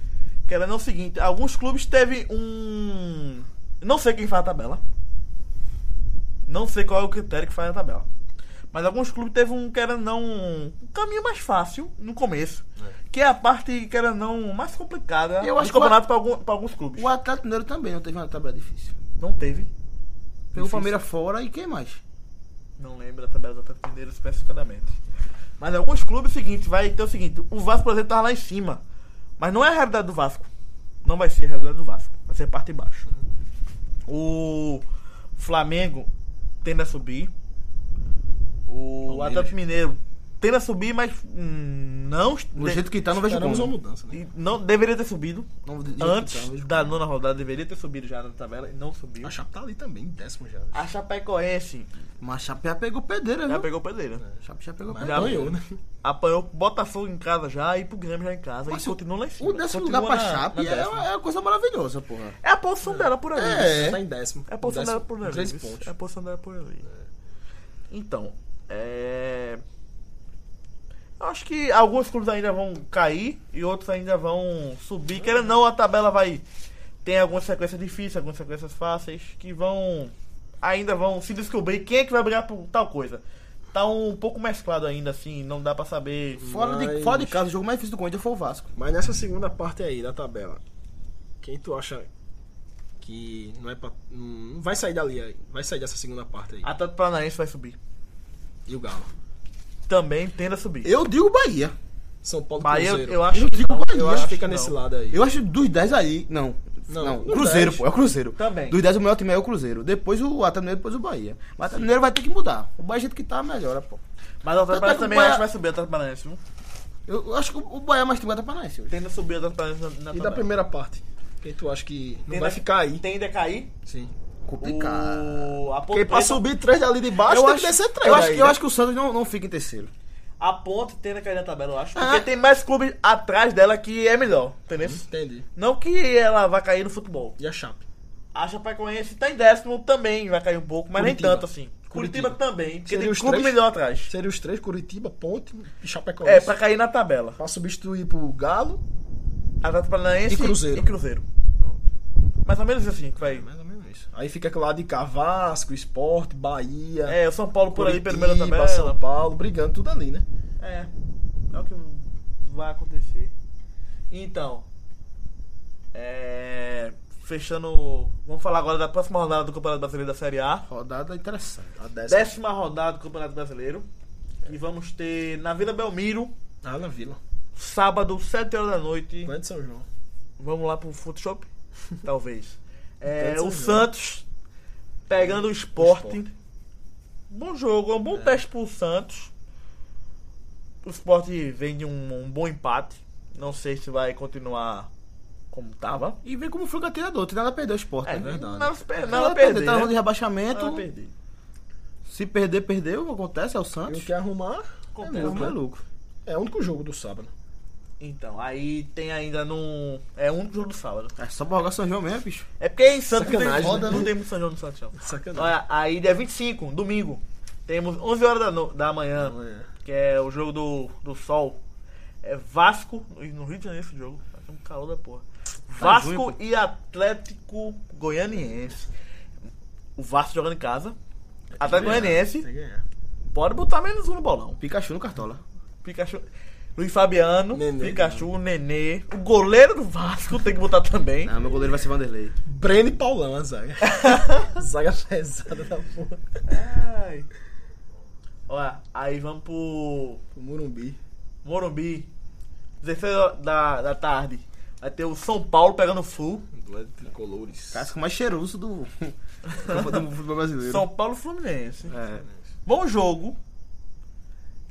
Speaker 2: Querendo é o seguinte: alguns clubes teve um. Não sei quem faz a tabela. Não sei qual é o critério que faz a tabela. Mas alguns clubes teve um, querendo ou não, um caminho mais fácil no começo. Que é a parte, querendo ou não, mais complicada
Speaker 4: Eu
Speaker 2: do
Speaker 4: acho que o
Speaker 2: campeonato para alguns, pra alguns clubes.
Speaker 4: O Atlético Mineiro também não teve uma tabela difícil.
Speaker 2: Não teve.
Speaker 4: Pegou
Speaker 2: Difícil.
Speaker 4: o Palmeiras fora e quem mais?
Speaker 2: Não lembro da tabela do Atlético Mineiro especificadamente. Mas alguns clubes, é o seguinte, vai ter o seguinte: o Vasco, por exemplo, tava lá em cima. Mas não é a realidade do Vasco. Não vai ser a realidade do Vasco. Vai ser parte de baixo. O Flamengo tende a subir. O
Speaker 3: Palmeiras.
Speaker 2: Atlético Mineiro tende a subir, mas hum, não.
Speaker 4: Do
Speaker 2: de-
Speaker 4: jeito que tá, não vejo
Speaker 3: Esperamos uma
Speaker 4: como.
Speaker 3: mudança, né?
Speaker 2: e não deveria ter subido.
Speaker 4: Não, do jeito que tá,
Speaker 2: Antes
Speaker 4: não vejo
Speaker 2: da nona rodada, deveria ter subido já na tabela e não subiu.
Speaker 3: A Chape tá ali também, em décimo já.
Speaker 2: A Chapecoense
Speaker 4: como. Mas a Chape já pegou pedreira,
Speaker 2: já
Speaker 4: viu?
Speaker 2: pegou pedreira.
Speaker 4: A Chape já pegou
Speaker 3: Mas
Speaker 4: pedreira.
Speaker 2: Já
Speaker 3: ganhou, né?
Speaker 2: Apanhou pro Botafogo em casa já e pro Grêmio já em casa.
Speaker 4: Mas
Speaker 2: e continua lá em cima.
Speaker 4: O décimo
Speaker 2: assim, Continua
Speaker 4: lugar pra
Speaker 2: na-
Speaker 4: Chape
Speaker 2: na
Speaker 4: é,
Speaker 2: décima.
Speaker 4: é uma coisa maravilhosa, porra.
Speaker 2: É a posição dela por ali.
Speaker 4: É.
Speaker 3: Tá em décimo.
Speaker 2: É a posição
Speaker 3: Décimo,
Speaker 2: dela por
Speaker 3: com
Speaker 2: ali.
Speaker 3: Três
Speaker 2: isso.
Speaker 3: pontos.
Speaker 2: É a posição dela por ali. Então, é. Eu acho que alguns clubes ainda vão cair e outros ainda vão subir. Querendo ou não, a tabela vai. Tem algumas sequências difíceis, algumas sequências fáceis que vão. Ainda vão se descobrir quem é que vai brigar por tal coisa. Tá um pouco mesclado ainda, assim, não dá pra saber.
Speaker 4: Fora, de,
Speaker 3: Mas-
Speaker 4: fora de casa, o jogo mais difícil do Corinthians foi o Vasco.
Speaker 3: Mas nessa segunda parte aí da tabela, quem tu acha que não é pra, não vai sair dali, aí? vai sair dessa segunda parte aí?
Speaker 2: Atlético Paranaense vai subir.
Speaker 3: E o Galo?
Speaker 2: Também tende a subir.
Speaker 4: Eu digo Bahia.
Speaker 3: São Paulo
Speaker 2: Bahia,
Speaker 3: Cruzeiro.
Speaker 2: eu acho
Speaker 4: Eu
Speaker 2: que
Speaker 4: digo
Speaker 2: não,
Speaker 4: Bahia,
Speaker 3: Eu
Speaker 2: eu
Speaker 3: acho que
Speaker 2: acho
Speaker 3: fica
Speaker 2: não.
Speaker 3: nesse lado aí.
Speaker 4: Eu acho dos 10 aí. Não. Não, o
Speaker 3: no
Speaker 4: Cruzeiro,
Speaker 3: 10.
Speaker 4: pô, é o Cruzeiro.
Speaker 2: Também.
Speaker 4: Dos 10, o melhor time é o Cruzeiro. Depois o Atlético Mineiro, depois o Bahia. O Atlético Mineiro vai ter que mudar. O Bahia, do jeito que tá, melhora, pô.
Speaker 2: Mas o Atlético
Speaker 3: tá
Speaker 4: Tanto é
Speaker 2: Paranaense
Speaker 4: que
Speaker 2: também
Speaker 4: o Bahia-
Speaker 2: acho que vai subir o Atlético Paranaense, viu?
Speaker 4: Eu, eu acho que o Bahia é mais time do Paranaense hoje.
Speaker 2: Tende a subir o Atlético Paranaense na, na
Speaker 3: E da
Speaker 2: tabela.
Speaker 3: primeira parte? Quem tu acha que não
Speaker 2: Tende
Speaker 3: vai
Speaker 2: a-
Speaker 3: ficar aí?
Speaker 2: Tende a cair.
Speaker 3: Sim.
Speaker 4: Complicado.
Speaker 2: O... A Ponte
Speaker 3: Porque pra
Speaker 2: Preta-
Speaker 3: subir três dali de baixo tem que descer três.
Speaker 4: eu, acho,
Speaker 3: daí,
Speaker 4: que- eu
Speaker 3: né?
Speaker 4: acho que o Santos não, não fica em terceiro.
Speaker 2: A ponte tende a cair na tabela, eu acho.
Speaker 4: Ah.
Speaker 2: Porque tem mais clubes atrás dela que é melhor, entendeu?
Speaker 3: Entendi.
Speaker 2: Não que ela vá cair no futebol.
Speaker 3: E a Chape?
Speaker 2: A Chapecoense tá em décimo também, vai cair um pouco, mas
Speaker 3: Curitiba.
Speaker 2: nem tanto assim. Curitiba,
Speaker 3: Curitiba.
Speaker 2: também, porque
Speaker 3: Seria
Speaker 2: tem
Speaker 3: os
Speaker 2: clube
Speaker 3: três?
Speaker 2: melhor atrás.
Speaker 3: Seria os três, Curitiba, Ponte e Chapecoense.
Speaker 2: É, pra cair na tabela.
Speaker 3: Pra substituir pro Galo.
Speaker 2: Atlético Paranaense
Speaker 3: E Cruzeiro.
Speaker 2: é assim, E Cruzeiro. Mais ou menos assim que vai.
Speaker 3: É Mais ou menos isso. Aí fica lá de Cavasco, Esporte, Bahia.
Speaker 2: É, o São Paulo por ali, pelo
Speaker 3: Curitiba,
Speaker 2: menos tabela.
Speaker 3: São Paulo, brigando tudo ali, né?
Speaker 2: É. É o que vai acontecer. Então. É. Fechando. Vamos falar agora da próxima rodada do Campeonato Brasileiro da Série A.
Speaker 4: Rodada interessante.
Speaker 3: A décima.
Speaker 2: Décima rodada do Campeonato Brasileiro. E vamos ter na Vila Belmiro,
Speaker 3: Ah, na Vila.
Speaker 2: sábado, 7 horas da noite.
Speaker 3: Grande São João.
Speaker 2: Vamos lá pro Foot Shop? [LAUGHS] Talvez. É,
Speaker 3: Tanto
Speaker 2: o
Speaker 3: São João.
Speaker 2: Santos pegando o esporte.
Speaker 3: Sport.
Speaker 2: Bom jogo, é um bom teste pro Santos. O Sport vem de um, um bom empate. Não sei se vai continuar como tava.
Speaker 4: E vê como o Fluga treinador. Tem nada a perder o esporte.
Speaker 2: É,
Speaker 4: né?
Speaker 2: verdade. Nada, a se per-
Speaker 4: Tem
Speaker 2: nada
Speaker 4: nada
Speaker 2: a perder.
Speaker 4: Tá na zona de
Speaker 2: né?
Speaker 4: rebaixamento.
Speaker 2: Nada a perder.
Speaker 4: Se perder, perdeu. Acontece, é o
Speaker 3: E
Speaker 4: Santos.
Speaker 3: o que arrumar é
Speaker 2: Acontece,
Speaker 4: É um
Speaker 3: lucro, né?
Speaker 4: maluco.
Speaker 3: É o único jogo do sábado.
Speaker 2: Então, aí tem ainda num. É um jogo do sábado.
Speaker 4: É só pra jogar São João mesmo, bicho.
Speaker 2: É porque em Santos não tem,
Speaker 3: Sacanagem,
Speaker 2: roda,
Speaker 3: né?
Speaker 2: não tem muito São João no Santos. não.
Speaker 3: Sacanagem.
Speaker 2: Olha, aí dia 25, domingo, temos 11 horas da, no- da manhã, que é o jogo do, do Sol. É Vasco, no Rio de Janeiro esse jogo, tá um calor da porra. Vasco
Speaker 4: ruim, pô.
Speaker 2: e Atlético Goianiense. O Vasco jogando em casa. Atlético Goianiense, pode botar menos um no bolão.
Speaker 4: Pikachu no Cartola.
Speaker 2: Pikachu. Luiz Fabiano,
Speaker 3: Nenê.
Speaker 2: Pikachu, Nenê. O goleiro do Vasco tem que botar também.
Speaker 4: Não, Ah, meu goleiro vai ser Vanderlei.
Speaker 3: Breno e Paulão,
Speaker 2: [LAUGHS]
Speaker 3: a zaga. zaga pesada da porra.
Speaker 2: Ai. Olha, aí vamos pro
Speaker 3: O Murumbi.
Speaker 2: Morumbi, 16 horas da, da tarde. Vai ter o São Paulo pegando o Flu.
Speaker 3: Glória tricolores.
Speaker 4: Casco mais cheiroso do, [LAUGHS] do futebol brasileiro.
Speaker 2: São Paulo e Fluminense.
Speaker 4: É.
Speaker 2: Bom jogo.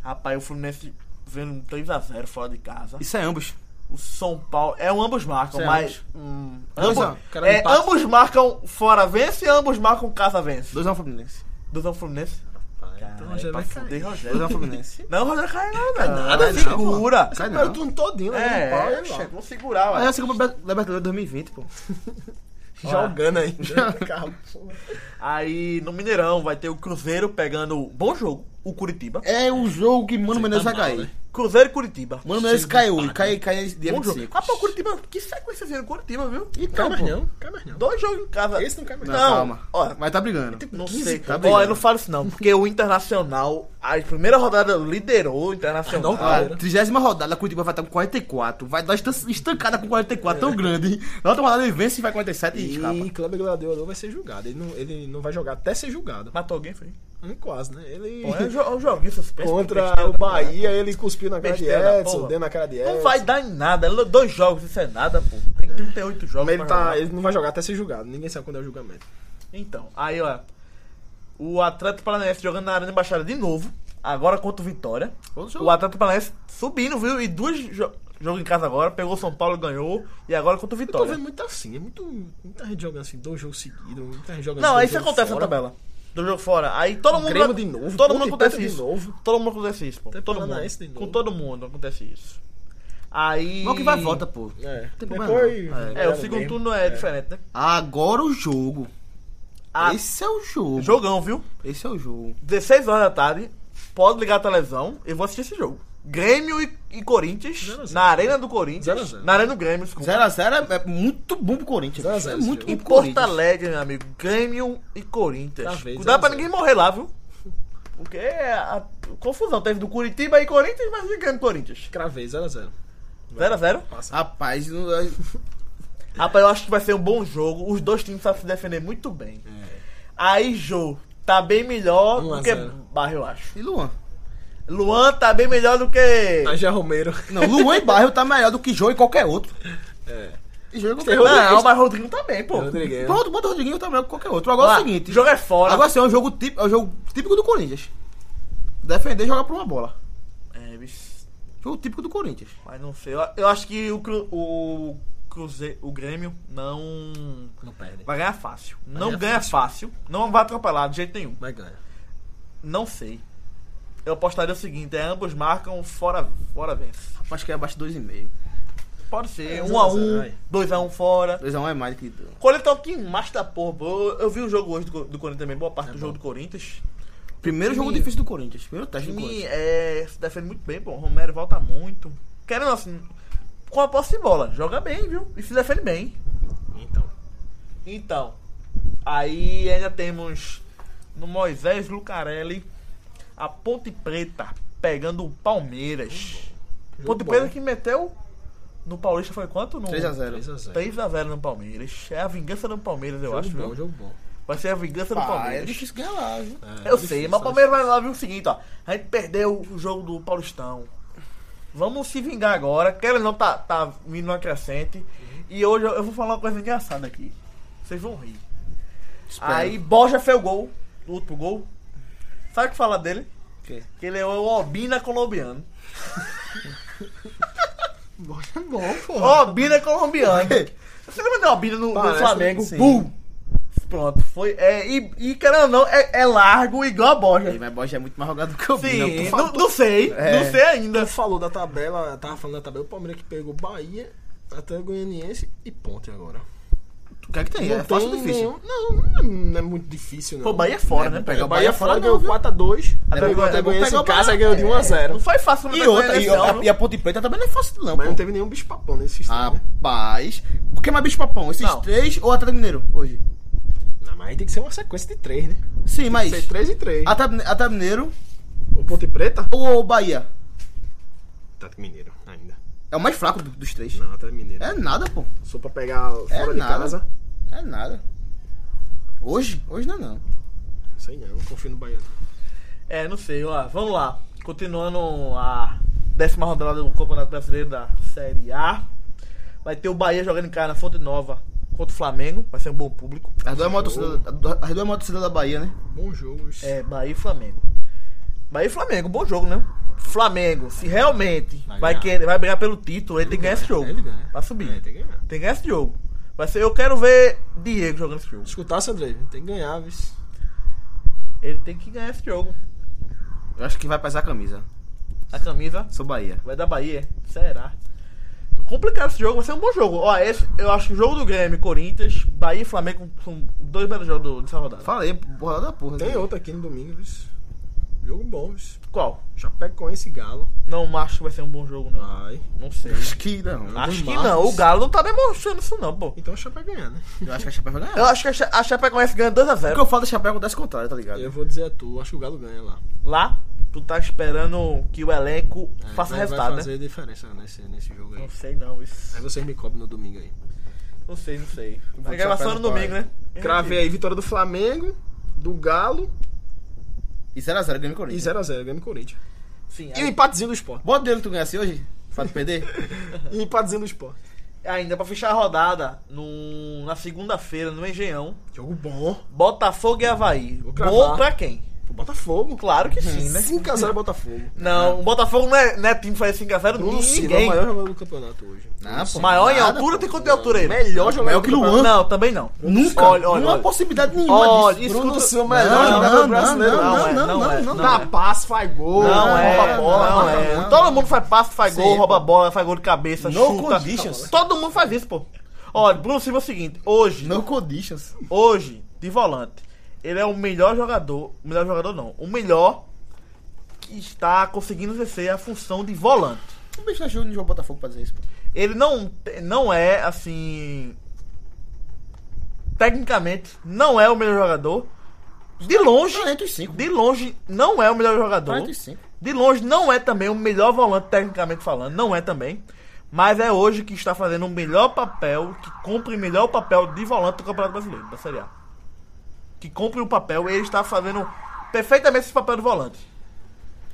Speaker 2: Rapaz, o Fluminense vendo um 3x0 fora de casa.
Speaker 4: Isso é ambos.
Speaker 2: O São Paulo. É um ambos marcam,
Speaker 4: Isso é
Speaker 2: mas. hum,
Speaker 4: Dois a um.
Speaker 2: ambos,
Speaker 3: Cara,
Speaker 2: é,
Speaker 3: empate.
Speaker 2: ambos marcam fora vence e ambos marcam casa vence.
Speaker 4: 2x1 Fluminense.
Speaker 2: Dos ao Fluminense.
Speaker 3: Então, Rogério
Speaker 2: Ai,
Speaker 3: vai
Speaker 2: pra fuder,
Speaker 3: cair.
Speaker 2: Rogério.
Speaker 4: Dois um [LAUGHS] Fluminense.
Speaker 2: Não, Rogério cai não, não.
Speaker 4: nada, não,
Speaker 2: segura.
Speaker 4: pô. Cai
Speaker 3: Mas
Speaker 4: não.
Speaker 3: o turno todinho, né?
Speaker 2: É,
Speaker 3: Pau, e
Speaker 2: é,
Speaker 3: lá. [LAUGHS]
Speaker 2: chefe, [LAUGHS] vamos segurar,
Speaker 4: Mas é
Speaker 2: ué.
Speaker 4: a segunda Libertadores 2020, pô.
Speaker 3: Jogando
Speaker 4: [LAUGHS]
Speaker 3: ainda. Carro, porra.
Speaker 2: Aí no Mineirão vai ter o Cruzeiro pegando. Bom jogo, o Curitiba.
Speaker 4: É o jogo que Mano Menezes vai
Speaker 3: mal,
Speaker 4: cair.
Speaker 3: né? tá
Speaker 2: Cruzeiro e Curitiba.
Speaker 4: Mano Menezes caiu hoje.
Speaker 3: empate.
Speaker 4: Cai, cai dia
Speaker 2: Bom jogo.
Speaker 4: 25.
Speaker 2: Ah, pô, Curitiba, que sequência do Curitiba, viu?
Speaker 3: Cai
Speaker 4: Então,
Speaker 3: mais
Speaker 4: pô.
Speaker 3: não, cai mais não.
Speaker 2: Dois jogos em casa.
Speaker 3: Esse não cai mais
Speaker 4: Não,
Speaker 3: não.
Speaker 4: calma.
Speaker 2: Ó,
Speaker 4: Mas tá brigando.
Speaker 2: não
Speaker 3: 15,
Speaker 2: sei.
Speaker 4: tá
Speaker 2: Tipo, Ó,
Speaker 4: brigando.
Speaker 2: eu não falo isso não, porque o Internacional, a primeira rodada liderou o Internacional.
Speaker 3: Ah, não,
Speaker 4: Olha,
Speaker 3: Cara.
Speaker 4: trigésima rodada, Curitiba vai estar com 44. Vai dar uma estan- estancada com 44, tão grande. Na outra rodada ele vence e vai 47 e,
Speaker 3: E
Speaker 4: escapa.
Speaker 3: Kleber Gladiador vai ser julgado. Ele não, ele não vai jogar até ser julgado.
Speaker 2: Matou alguém, foi?
Speaker 3: Hum, quase, né? Ele.
Speaker 2: Pô, é um jo- é um joguinho suspenso.
Speaker 3: [LAUGHS] Contra
Speaker 2: besteira
Speaker 3: o
Speaker 2: da
Speaker 3: Bahia, é. ele cuspiu na cara de
Speaker 2: Besteira da
Speaker 3: Edson,
Speaker 2: porra.
Speaker 3: deu na cara de
Speaker 2: porra.
Speaker 3: Edson.
Speaker 2: Não vai dar em nada. Dois jogos, isso é nada, pô. Tem 38 jogos.
Speaker 3: Mas ele,
Speaker 2: pra
Speaker 3: tá,
Speaker 2: jogar.
Speaker 3: ele não vai jogar até ser julgado. Ninguém sabe quando é o julgamento.
Speaker 2: Então, aí ó. O Atlético Paranaense jogando na Arena Baixada de novo. Agora contra o Vitória.
Speaker 4: Outro é jogo.
Speaker 2: O Atlético Paranaense subindo, viu? E duas jo jogos em casa agora. Pegou o São Paulo, ganhou. E agora contra o
Speaker 3: Eu tô
Speaker 2: Vitória.
Speaker 3: vendo muito assim. É muito, muita gente jogando assim, dois jogos seguidos. Muita gente jogando
Speaker 2: Não,
Speaker 3: dois
Speaker 2: aí isso
Speaker 3: jogos
Speaker 2: acontece
Speaker 3: fora.
Speaker 2: na tabela. Do jogo fora. Aí todo mundo.
Speaker 3: Um Grêmio de novo,
Speaker 2: Todo
Speaker 3: Ponte
Speaker 2: mundo acontece
Speaker 3: Preta de
Speaker 2: isso.
Speaker 3: novo.
Speaker 2: Todo mundo acontece isso, pô.
Speaker 3: Até
Speaker 2: Todo mundo.
Speaker 3: Paranaense de novo.
Speaker 2: Com todo mundo acontece isso. Aí.
Speaker 4: Mal que vai volta, pô.
Speaker 3: É,
Speaker 4: Tem problema
Speaker 3: depois.
Speaker 4: não.
Speaker 2: É, o segundo turno é, diferente, né?
Speaker 4: Agora o jogo.
Speaker 2: Ah,
Speaker 4: Esse é o jogo.
Speaker 2: Jogão, viu?
Speaker 4: Esse é o jogo.
Speaker 2: 16 horas da tarde, pode ligar a televisão, eu vou assistir esse jogo. Grêmio e, e Corinthians,
Speaker 3: Zero a zero.
Speaker 2: na Arena do Corinthians,
Speaker 3: Zero a zero.
Speaker 2: na Arena do Grêmio, desculpa.
Speaker 4: 0x0 é muito bom pro Corinthians.
Speaker 3: Zero a
Speaker 4: bicho.
Speaker 3: zero
Speaker 4: É
Speaker 3: esse
Speaker 4: muito
Speaker 3: jogo.
Speaker 4: bom
Speaker 2: Em
Speaker 4: pro
Speaker 2: Porto
Speaker 4: Corinthians.
Speaker 2: Alegre, meu amigo, Grêmio e Corinthians.
Speaker 3: Tá vez,
Speaker 2: Cuidado
Speaker 3: zero a
Speaker 2: pra
Speaker 3: zero.
Speaker 2: ninguém morrer lá, viu? Porque é a, a confusão teve do Curitiba e Corinthians, mas de Grêmio e Corinthians.
Speaker 3: Cravei, 0x0.
Speaker 2: 0x0.
Speaker 3: Passa.
Speaker 4: Rapaz, não- é-
Speaker 2: Rapaz, eu acho que vai ser um bom jogo. Os dois times sabem se defender muito bem. Aí, Jô, tá bem melhor
Speaker 3: Um a
Speaker 2: do que
Speaker 3: zero.
Speaker 2: Barra, eu acho.
Speaker 4: e Luan?
Speaker 2: Luan tá bem melhor do que.
Speaker 3: Angel Romero. [LAUGHS]
Speaker 4: Não, Luan e Barrio tá melhor do que João e qualquer outro.
Speaker 3: É.
Speaker 4: E jogo
Speaker 2: Não, mas Rodrigo também, pô.
Speaker 5: Rodriguinho.
Speaker 4: Pronto, bota o Rodriguinho também, qualquer outro. Agora é
Speaker 2: Lá,
Speaker 4: o seguinte.
Speaker 2: jogo é fora.
Speaker 4: Agora sim, é um jogo típico, é um jogo típico do Corinthians. Defender e jogar por uma bola.
Speaker 2: É, bicho.
Speaker 4: Jogo típico do Corinthians.
Speaker 2: Mas não sei. Eu, eu acho que o, Cru- o Cruzeiro, o Grêmio, não.
Speaker 5: Não perde.
Speaker 2: Vai ganhar fácil. não
Speaker 5: ganhar
Speaker 2: ganha fácil. Não vai atropelar de jeito nenhum.
Speaker 5: Mas ganha.
Speaker 2: Não sei. Eu apostaria o seguinte: é ambos marcam fora, fora vence.
Speaker 4: Acho que é abaixo de 2,5.
Speaker 2: Pode ser.
Speaker 5: É,
Speaker 2: 1x1,
Speaker 5: zero a zero, vai.
Speaker 2: 2x1 fora.
Speaker 4: 2x1 é mais do que. dois.
Speaker 2: Corinthians é um time mais da porra. pô. Eu, eu vi o jogo hoje do, Co- do Corinthians também, boa
Speaker 5: É
Speaker 2: parte do jogo do Corinthians.
Speaker 4: Primeiro jogo
Speaker 2: Time-
Speaker 4: difícil do Corinthians. Primeiro
Speaker 2: O
Speaker 4: teste do
Speaker 2: time
Speaker 4: Corinthians.
Speaker 2: é, se defende muito bem, pô. O Romero volta muito. Querendo assim, com a posse de bola, joga bem, viu? E se defende bem.
Speaker 5: Então.
Speaker 2: Então, aí ainda temos no Moisés Lucarelli a Ponte Preta pegando o Palmeiras. Ponte
Speaker 3: bom.
Speaker 2: Preta que meteu no Paulista foi quanto? No...
Speaker 4: 3x0.
Speaker 5: 3x0.
Speaker 2: 3x0 no Palmeiras. É a vingança do Palmeiras, eu acho,
Speaker 5: Jogo bom,
Speaker 2: viu?
Speaker 5: jogo bom.
Speaker 2: Vai ser a vingança do
Speaker 4: Ah,
Speaker 2: Palmeiras.
Speaker 4: é difícil ganhar lá, viu?
Speaker 5: É,
Speaker 2: Eu
Speaker 5: difícil,
Speaker 2: sei, mas o Palmeiras vai lá ver o seguinte, ó. A gente perdeu o jogo do Paulistão. Vamos se vingar agora. Quero ou não, tá, tá vindo uma crescente. E hoje eu, eu vou falar uma coisa engraçada aqui. Vocês vão rir. Aí Borja fez o gol, o último gol. Sabe o que fala dele?
Speaker 4: quê?
Speaker 2: Que ele é o Obina colombiano.
Speaker 3: Bosta é bom, pô.
Speaker 2: Obina colombiano. Você lembra da Obina no, no
Speaker 3: Parece-
Speaker 2: Flamengo?
Speaker 4: sim.
Speaker 2: Bum! Pronto, foi. É, e, e querendo ou não, é, é largo igual a Borja.
Speaker 4: Mas Borja é muito mais jogado que o
Speaker 2: Sim,
Speaker 4: Bina.
Speaker 2: não, não sei,
Speaker 4: É.
Speaker 2: não sei ainda.
Speaker 3: Ainda falou da tabela, tava falando da tabela, o Palmeiras que pegou Bahia, Atlético Goianiense e Ponte agora.
Speaker 4: O que é que tem? É fácil ou
Speaker 3: tem
Speaker 4: difícil?
Speaker 3: nenhum- não, não é- não é muito difícil, não.
Speaker 2: Pô, Bahia é fora,
Speaker 4: É,
Speaker 2: né?
Speaker 4: vou
Speaker 2: Pega
Speaker 4: pegar
Speaker 3: Bahia,
Speaker 4: o
Speaker 3: Bahia fora ganhou
Speaker 4: viu?
Speaker 3: 4x2,
Speaker 2: Até
Speaker 3: pegou o É. Atlético
Speaker 2: pegou-
Speaker 3: Goianiense
Speaker 4: pegou
Speaker 3: em
Speaker 4: o
Speaker 3: casa
Speaker 4: Bahia.
Speaker 3: ganhou de 1 a
Speaker 2: Não
Speaker 3: 0
Speaker 2: foi fácil não
Speaker 4: E
Speaker 2: pegar
Speaker 4: outra, e,
Speaker 2: eleição,
Speaker 4: a,
Speaker 2: viu?
Speaker 4: e a Ponte Preta também não é fácil, não.
Speaker 3: Mas
Speaker 4: Pô.
Speaker 3: não teve nenhum bicho-papão nesse
Speaker 4: Ah.
Speaker 3: sistema. né?
Speaker 4: Rapaz, por que mais bicho papão? Esses
Speaker 2: Não.
Speaker 4: três ou Atlético Mineiro hoje?
Speaker 3: Não, mas aí tem que ser uma sequência de 3, né?
Speaker 4: Sim, mas.
Speaker 3: Ser 3 e 3.
Speaker 4: Atlético Atlético Mineiro
Speaker 3: O Ponte Preta?
Speaker 4: ou Bahia?
Speaker 3: Atlético Mineiro, ainda.
Speaker 4: É o mais fraco do- dos três.
Speaker 3: Não, Atlético Mineiro.
Speaker 4: É nada, pô.
Speaker 3: Só pra pegar fora de
Speaker 4: nada.
Speaker 3: casa.
Speaker 4: É nada. Hoje? Hoje não, é não.
Speaker 3: Sei não, não confio no Bahia. não.
Speaker 2: É, não sei, ó. Vamos lá. Continuando a décima rodada do Campeonato Brasileiro da Série A. Vai ter o Bahia jogando em casa na Fonte Nova contra o Flamengo. Vai ser um bom público.
Speaker 4: As duas motos da Bahia, né?
Speaker 3: Bom jogo. isso.
Speaker 2: É, Bahia e Flamengo. Bahia e Flamengo, bom jogo, né? Flamengo, se realmente vai,
Speaker 5: Vai ganhar.
Speaker 2: querer, vai brigar pelo título, ele tem que ganhar esse jogo.
Speaker 3: Ele ganha.
Speaker 2: Pra subir.
Speaker 3: É, tem que ganhar.
Speaker 2: Tem que ganhar esse jogo. Vai ser, eu quero ver Diego jogando esse jogo.
Speaker 3: Escutar, Sandrei, tem que ganhar, viu?
Speaker 2: Ele tem que ganhar esse jogo.
Speaker 4: Eu acho que vai pesar a camisa.
Speaker 2: A camisa
Speaker 4: Sou Bahia.
Speaker 2: Vai dar Bahia? Será? Complicado esse jogo, vai ser um bom jogo. Ó, esse, eu acho que o jogo do Grêmio, Corinthians, Bahia e Flamengo são dois melhores jogos do- dessa rodada.
Speaker 4: Fala aí, porra da porra. né?
Speaker 3: Tem outro aqui no domingo, viu? Jogo bom, viu?
Speaker 2: Qual?
Speaker 3: Chapecoense e Galo.
Speaker 2: Não acho que vai ser um bom jogo, não.
Speaker 3: Ai.
Speaker 2: Não sei.
Speaker 4: Acho que não.
Speaker 2: acho que
Speaker 3: Marcos.
Speaker 2: não. O Galo não tá demonstrando isso, não, pô.
Speaker 3: Então o Chapecoense ganha, né?
Speaker 4: Eu acho que a Chapéu vai ganhar.
Speaker 2: Eu acho que a Cha- a Chapecoense ganha
Speaker 4: O que eu
Speaker 2: 2x0.
Speaker 4: falo da Chapéu acontece o contrário, tá ligado?
Speaker 3: Eu vou dizer a tu, acho que o Galo ganha lá.
Speaker 2: Lá, tu tá esperando que o elenco
Speaker 3: É,
Speaker 2: faça
Speaker 3: vai,
Speaker 2: resultado,
Speaker 3: Vai fazer
Speaker 2: né?
Speaker 3: diferença nesse, nesse jogo aí.
Speaker 2: Não sei, não. Isso.
Speaker 3: Aí vocês me cobrem no domingo aí.
Speaker 2: Não sei, não sei.
Speaker 4: Vou
Speaker 2: A gravação é
Speaker 4: deixar
Speaker 2: no
Speaker 4: o pé no
Speaker 2: domingo, né?
Speaker 3: Cravei aí, vitória do Flamengo, do Galo
Speaker 4: E 0x0 ganha o
Speaker 3: e
Speaker 4: Corinthians.
Speaker 3: 0x0, Grêmio e Corinthians.
Speaker 2: Sim,
Speaker 3: E o
Speaker 2: aí-
Speaker 3: empatezinho do esporte.
Speaker 4: Bota o dinheiro que tu ganhasse hoje, pra tu perder.
Speaker 3: [LAUGHS] E o empatezinho do esporte.
Speaker 2: ainda pra fechar a rodada, no, na segunda-feira, no Engenhão,
Speaker 3: Jogo bom.
Speaker 2: Botafogo e Havaí.
Speaker 3: Vou cravar.
Speaker 2: Bom pra quem?
Speaker 3: Pro Botafogo. Uhum.
Speaker 2: Claro que sim, né?
Speaker 3: 5x0 é Botafogo.
Speaker 2: Não, o Botafogo não é, não é time que faz 5x0
Speaker 3: Bruno
Speaker 2: de
Speaker 3: Silva é o
Speaker 2: ninguém.
Speaker 3: maior jogador do campeonato hoje.
Speaker 4: Não, Ah, pô,
Speaker 2: Maior em
Speaker 4: nada,
Speaker 2: altura,
Speaker 4: pô.
Speaker 2: tem quanto de altura ele?
Speaker 3: Melhor jogador tá
Speaker 4: Maior que
Speaker 3: do
Speaker 4: Luan.
Speaker 2: Não, também não.
Speaker 4: Nunca.
Speaker 2: Olha, olha,
Speaker 4: não há
Speaker 2: olha.
Speaker 4: possibilidade nenhuma
Speaker 2: Olha,
Speaker 4: disso.
Speaker 2: isso
Speaker 3: Bruno
Speaker 2: que tu-
Speaker 3: Silva é o
Speaker 4: Não,
Speaker 3: melhor jogador
Speaker 4: não,
Speaker 3: brasileiro.
Speaker 4: não,
Speaker 2: Não é,
Speaker 4: não, não,
Speaker 2: não é,
Speaker 4: não,
Speaker 2: não
Speaker 4: não.
Speaker 3: Dá passe, faz gol.
Speaker 2: Não é,
Speaker 3: rouba
Speaker 2: não,
Speaker 3: bola,
Speaker 4: né? não
Speaker 3: mata
Speaker 2: é.
Speaker 3: a mão.
Speaker 2: Todo mundo faz passo, faz gol,
Speaker 4: Sim.
Speaker 2: rouba bola, faz gol de cabeça,
Speaker 4: No
Speaker 2: chuta.
Speaker 4: conditions.
Speaker 2: Todo mundo faz isso, pô. Olha, Bruno Silva é o seguinte, hoje,
Speaker 4: No conditions.
Speaker 2: hoje, de volante, ele é o melhor jogador, o melhor jogador não, o melhor que está conseguindo exercer a função de volante.
Speaker 4: O bicho tá achou no jogo Botafogo pra dizer isso, pô.
Speaker 2: ele não, não é assim. Tecnicamente, não é o melhor jogador. De longe,
Speaker 4: Tá entre os cinco.
Speaker 2: de longe, não é o melhor
Speaker 4: Tá
Speaker 2: jogador.
Speaker 4: entre os cinco.
Speaker 2: De longe, não é também o melhor volante, tecnicamente falando, não é também. Mas é hoje que está fazendo o melhor papel, que cumpre o melhor papel de volante do Campeonato Brasileiro, da Série A. Que cumpre o papel, ele está fazendo perfeitamente esse papel de volante.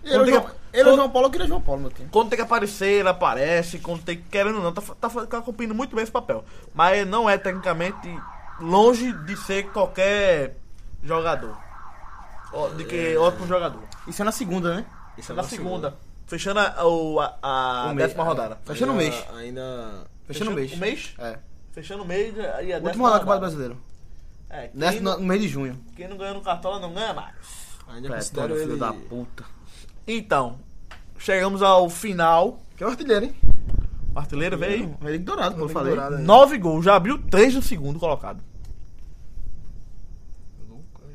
Speaker 4: Ele, é o
Speaker 2: Quando tem
Speaker 4: João,
Speaker 2: que-
Speaker 4: ele é o
Speaker 2: quando-
Speaker 4: João Paulo, eu queria João Paulo no time.
Speaker 2: Quando tem que aparecer, ele aparece. Quando tem que, querendo ou não, tá, fa- tá, fa- tá cumprindo muito bem esse papel. Mas não é tecnicamente longe de ser qualquer jogador. Ó, De que ótimo jogador.
Speaker 4: Isso é na segunda, né?
Speaker 3: Isso é
Speaker 2: Na, segunda. Fechando a, o- a- a
Speaker 4: O mês.
Speaker 2: décima rodada.
Speaker 4: Fechando o mês.
Speaker 3: Ainda.
Speaker 4: Fechando o mês.
Speaker 2: O mês?
Speaker 4: É.
Speaker 2: Fechando o mês e a
Speaker 4: Última
Speaker 2: décima
Speaker 4: rodada do Campeonato Brasileiro.
Speaker 2: É, quem,
Speaker 4: Desce no,
Speaker 2: não,
Speaker 4: no mês de junho.
Speaker 2: quem não ganha no cartola não ganha mais.
Speaker 3: Ainda considero
Speaker 4: Petróleo,
Speaker 3: ele.
Speaker 4: filho da puta.
Speaker 2: Então, chegamos ao final.
Speaker 3: Que é um artilheiro, hein?
Speaker 2: O artilheiro veio.
Speaker 4: Ele é dourado, é. como eu
Speaker 3: Henrique
Speaker 4: falei.
Speaker 3: Dourado, né?
Speaker 2: Nove gols, já abriu três no segundo colocado.
Speaker 3: Lucas.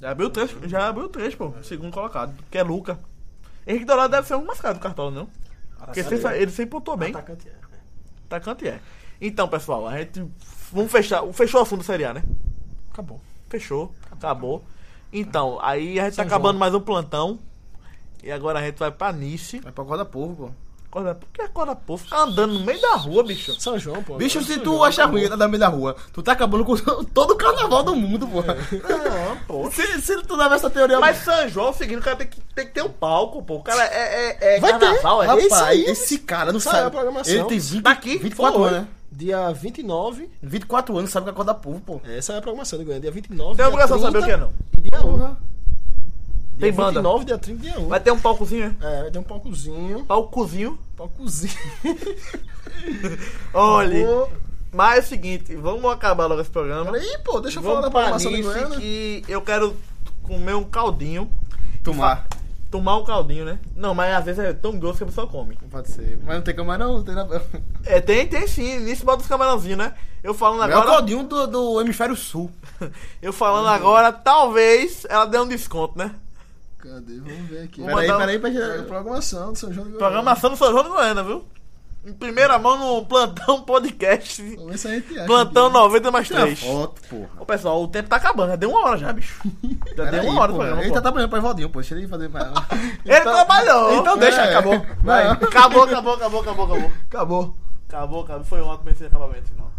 Speaker 2: Já abriu três, já abriu três, pô. Segundo colocado, que é Luca. Henrique Dourado deve ser um mascado do cartola, não? Porque
Speaker 3: Atacante.
Speaker 2: sempre- ele sempre pontuou bem.
Speaker 3: Atacante é.
Speaker 2: Atacante é. Então, pessoal, a gente. Vamos fechar. Fechou o assunto da Série A, né?
Speaker 3: Acabou.
Speaker 2: Fechou, acabou. Então, aí a gente tá
Speaker 3: São
Speaker 2: acabando
Speaker 3: João.
Speaker 2: mais um plantão. E agora a gente vai pra Nice.
Speaker 4: Vai pra corda povo,
Speaker 2: Acorda, por que acorda, pô? Ficar andando no meio da rua, bicho.
Speaker 3: São João, pô.
Speaker 4: é pô. Bicho,
Speaker 3: Agora
Speaker 4: se
Speaker 3: São
Speaker 4: tu
Speaker 3: João, tá
Speaker 4: acha
Speaker 3: acabou.
Speaker 2: né?
Speaker 4: ruim andar no meio da rua, tu tá acabando com [LAUGHS] todo o carnaval do mundo, pô.
Speaker 2: Não, pô.
Speaker 4: Se, se tu dava essa teoria...
Speaker 2: Mas São João, é o seguinte, o cara tem que, tem que ter um palco, pô. O cara é, é, é
Speaker 4: Vai
Speaker 2: carnaval,
Speaker 4: ter.
Speaker 2: é
Speaker 4: Rapaz,
Speaker 2: isso aí.
Speaker 4: esse cara não
Speaker 3: Sabe
Speaker 4: sabe.
Speaker 3: a programação.
Speaker 4: Ele tem 20,
Speaker 2: Daqui,
Speaker 4: 24
Speaker 2: foi.
Speaker 4: anos, né?
Speaker 3: Dia 29.
Speaker 4: 24 anos sabe que é corda povo, pô.
Speaker 3: Essa é a programação do Goiânia. Dia 29.
Speaker 2: Tem
Speaker 3: dia
Speaker 2: obrigação de saber o
Speaker 3: 30,
Speaker 2: que é, não.
Speaker 3: E dia 1.
Speaker 4: Porra.
Speaker 2: Tem
Speaker 3: Dia
Speaker 2: banda.
Speaker 3: 29, dia 30, dia 1.
Speaker 2: Vai ter um palcozinho, né?
Speaker 3: É, vai ter um palcozinho.
Speaker 2: Palcozinho.
Speaker 3: Palcozinho.
Speaker 2: [LAUGHS] Olha,
Speaker 3: Pô,
Speaker 2: mas é o seguinte, vamos acabar logo esse programa.
Speaker 3: Peraí, pô, deixa eu falar
Speaker 2: Vamos
Speaker 3: da
Speaker 2: pra
Speaker 3: programação do
Speaker 2: Nice,
Speaker 3: Goiânia.
Speaker 2: que eu quero comer um caldinho.
Speaker 4: Tomar.
Speaker 2: Tomar um caldinho, né? Não, mas às vezes é tão grosso que a pessoa come.
Speaker 4: Não pode ser. Mas não tem câmera não, não tem nada.
Speaker 2: É, tem, tem sim. Nisso bota os camarãozinhos, né? Eu falando
Speaker 4: Agora... É o
Speaker 2: agora.
Speaker 4: Claudinho do, do Hemisfério Sul.
Speaker 2: Eu falando agora, talvez ela dê um desconto, né?
Speaker 3: Cadê? Vamos ver aqui.
Speaker 2: Vou
Speaker 4: Peraí,
Speaker 2: mandar- um
Speaker 4: peraí, pra
Speaker 3: É,
Speaker 4: gente...
Speaker 3: programação do São João do Goiânia.
Speaker 2: Programação do São João de Goiânia, viu? Em primeira mão no Plantão Podcast.
Speaker 3: Vamos ver se a gente acha.
Speaker 2: Plantão
Speaker 3: aqui.
Speaker 2: 90 mais
Speaker 4: Tira
Speaker 2: 3.
Speaker 4: foto, porra.
Speaker 2: Ô, pessoal, o tempo tá acabando, já deu uma hora já, bicho. Já
Speaker 4: Peraí,
Speaker 2: deu uma hora do
Speaker 4: porra.
Speaker 2: programa.
Speaker 4: Ele tá
Speaker 2: pô.
Speaker 4: trabalhando pra Evaldinho, pô. Deixa ele fazer mais.
Speaker 2: [LAUGHS] Ele trabalhou.
Speaker 4: Então deixa, acabou.
Speaker 2: Vai. Acabou, acabou, acabou, acabou, acabou.
Speaker 3: Acabou.
Speaker 2: Acabou, acabou. Foi um ótimo esse acabamento final.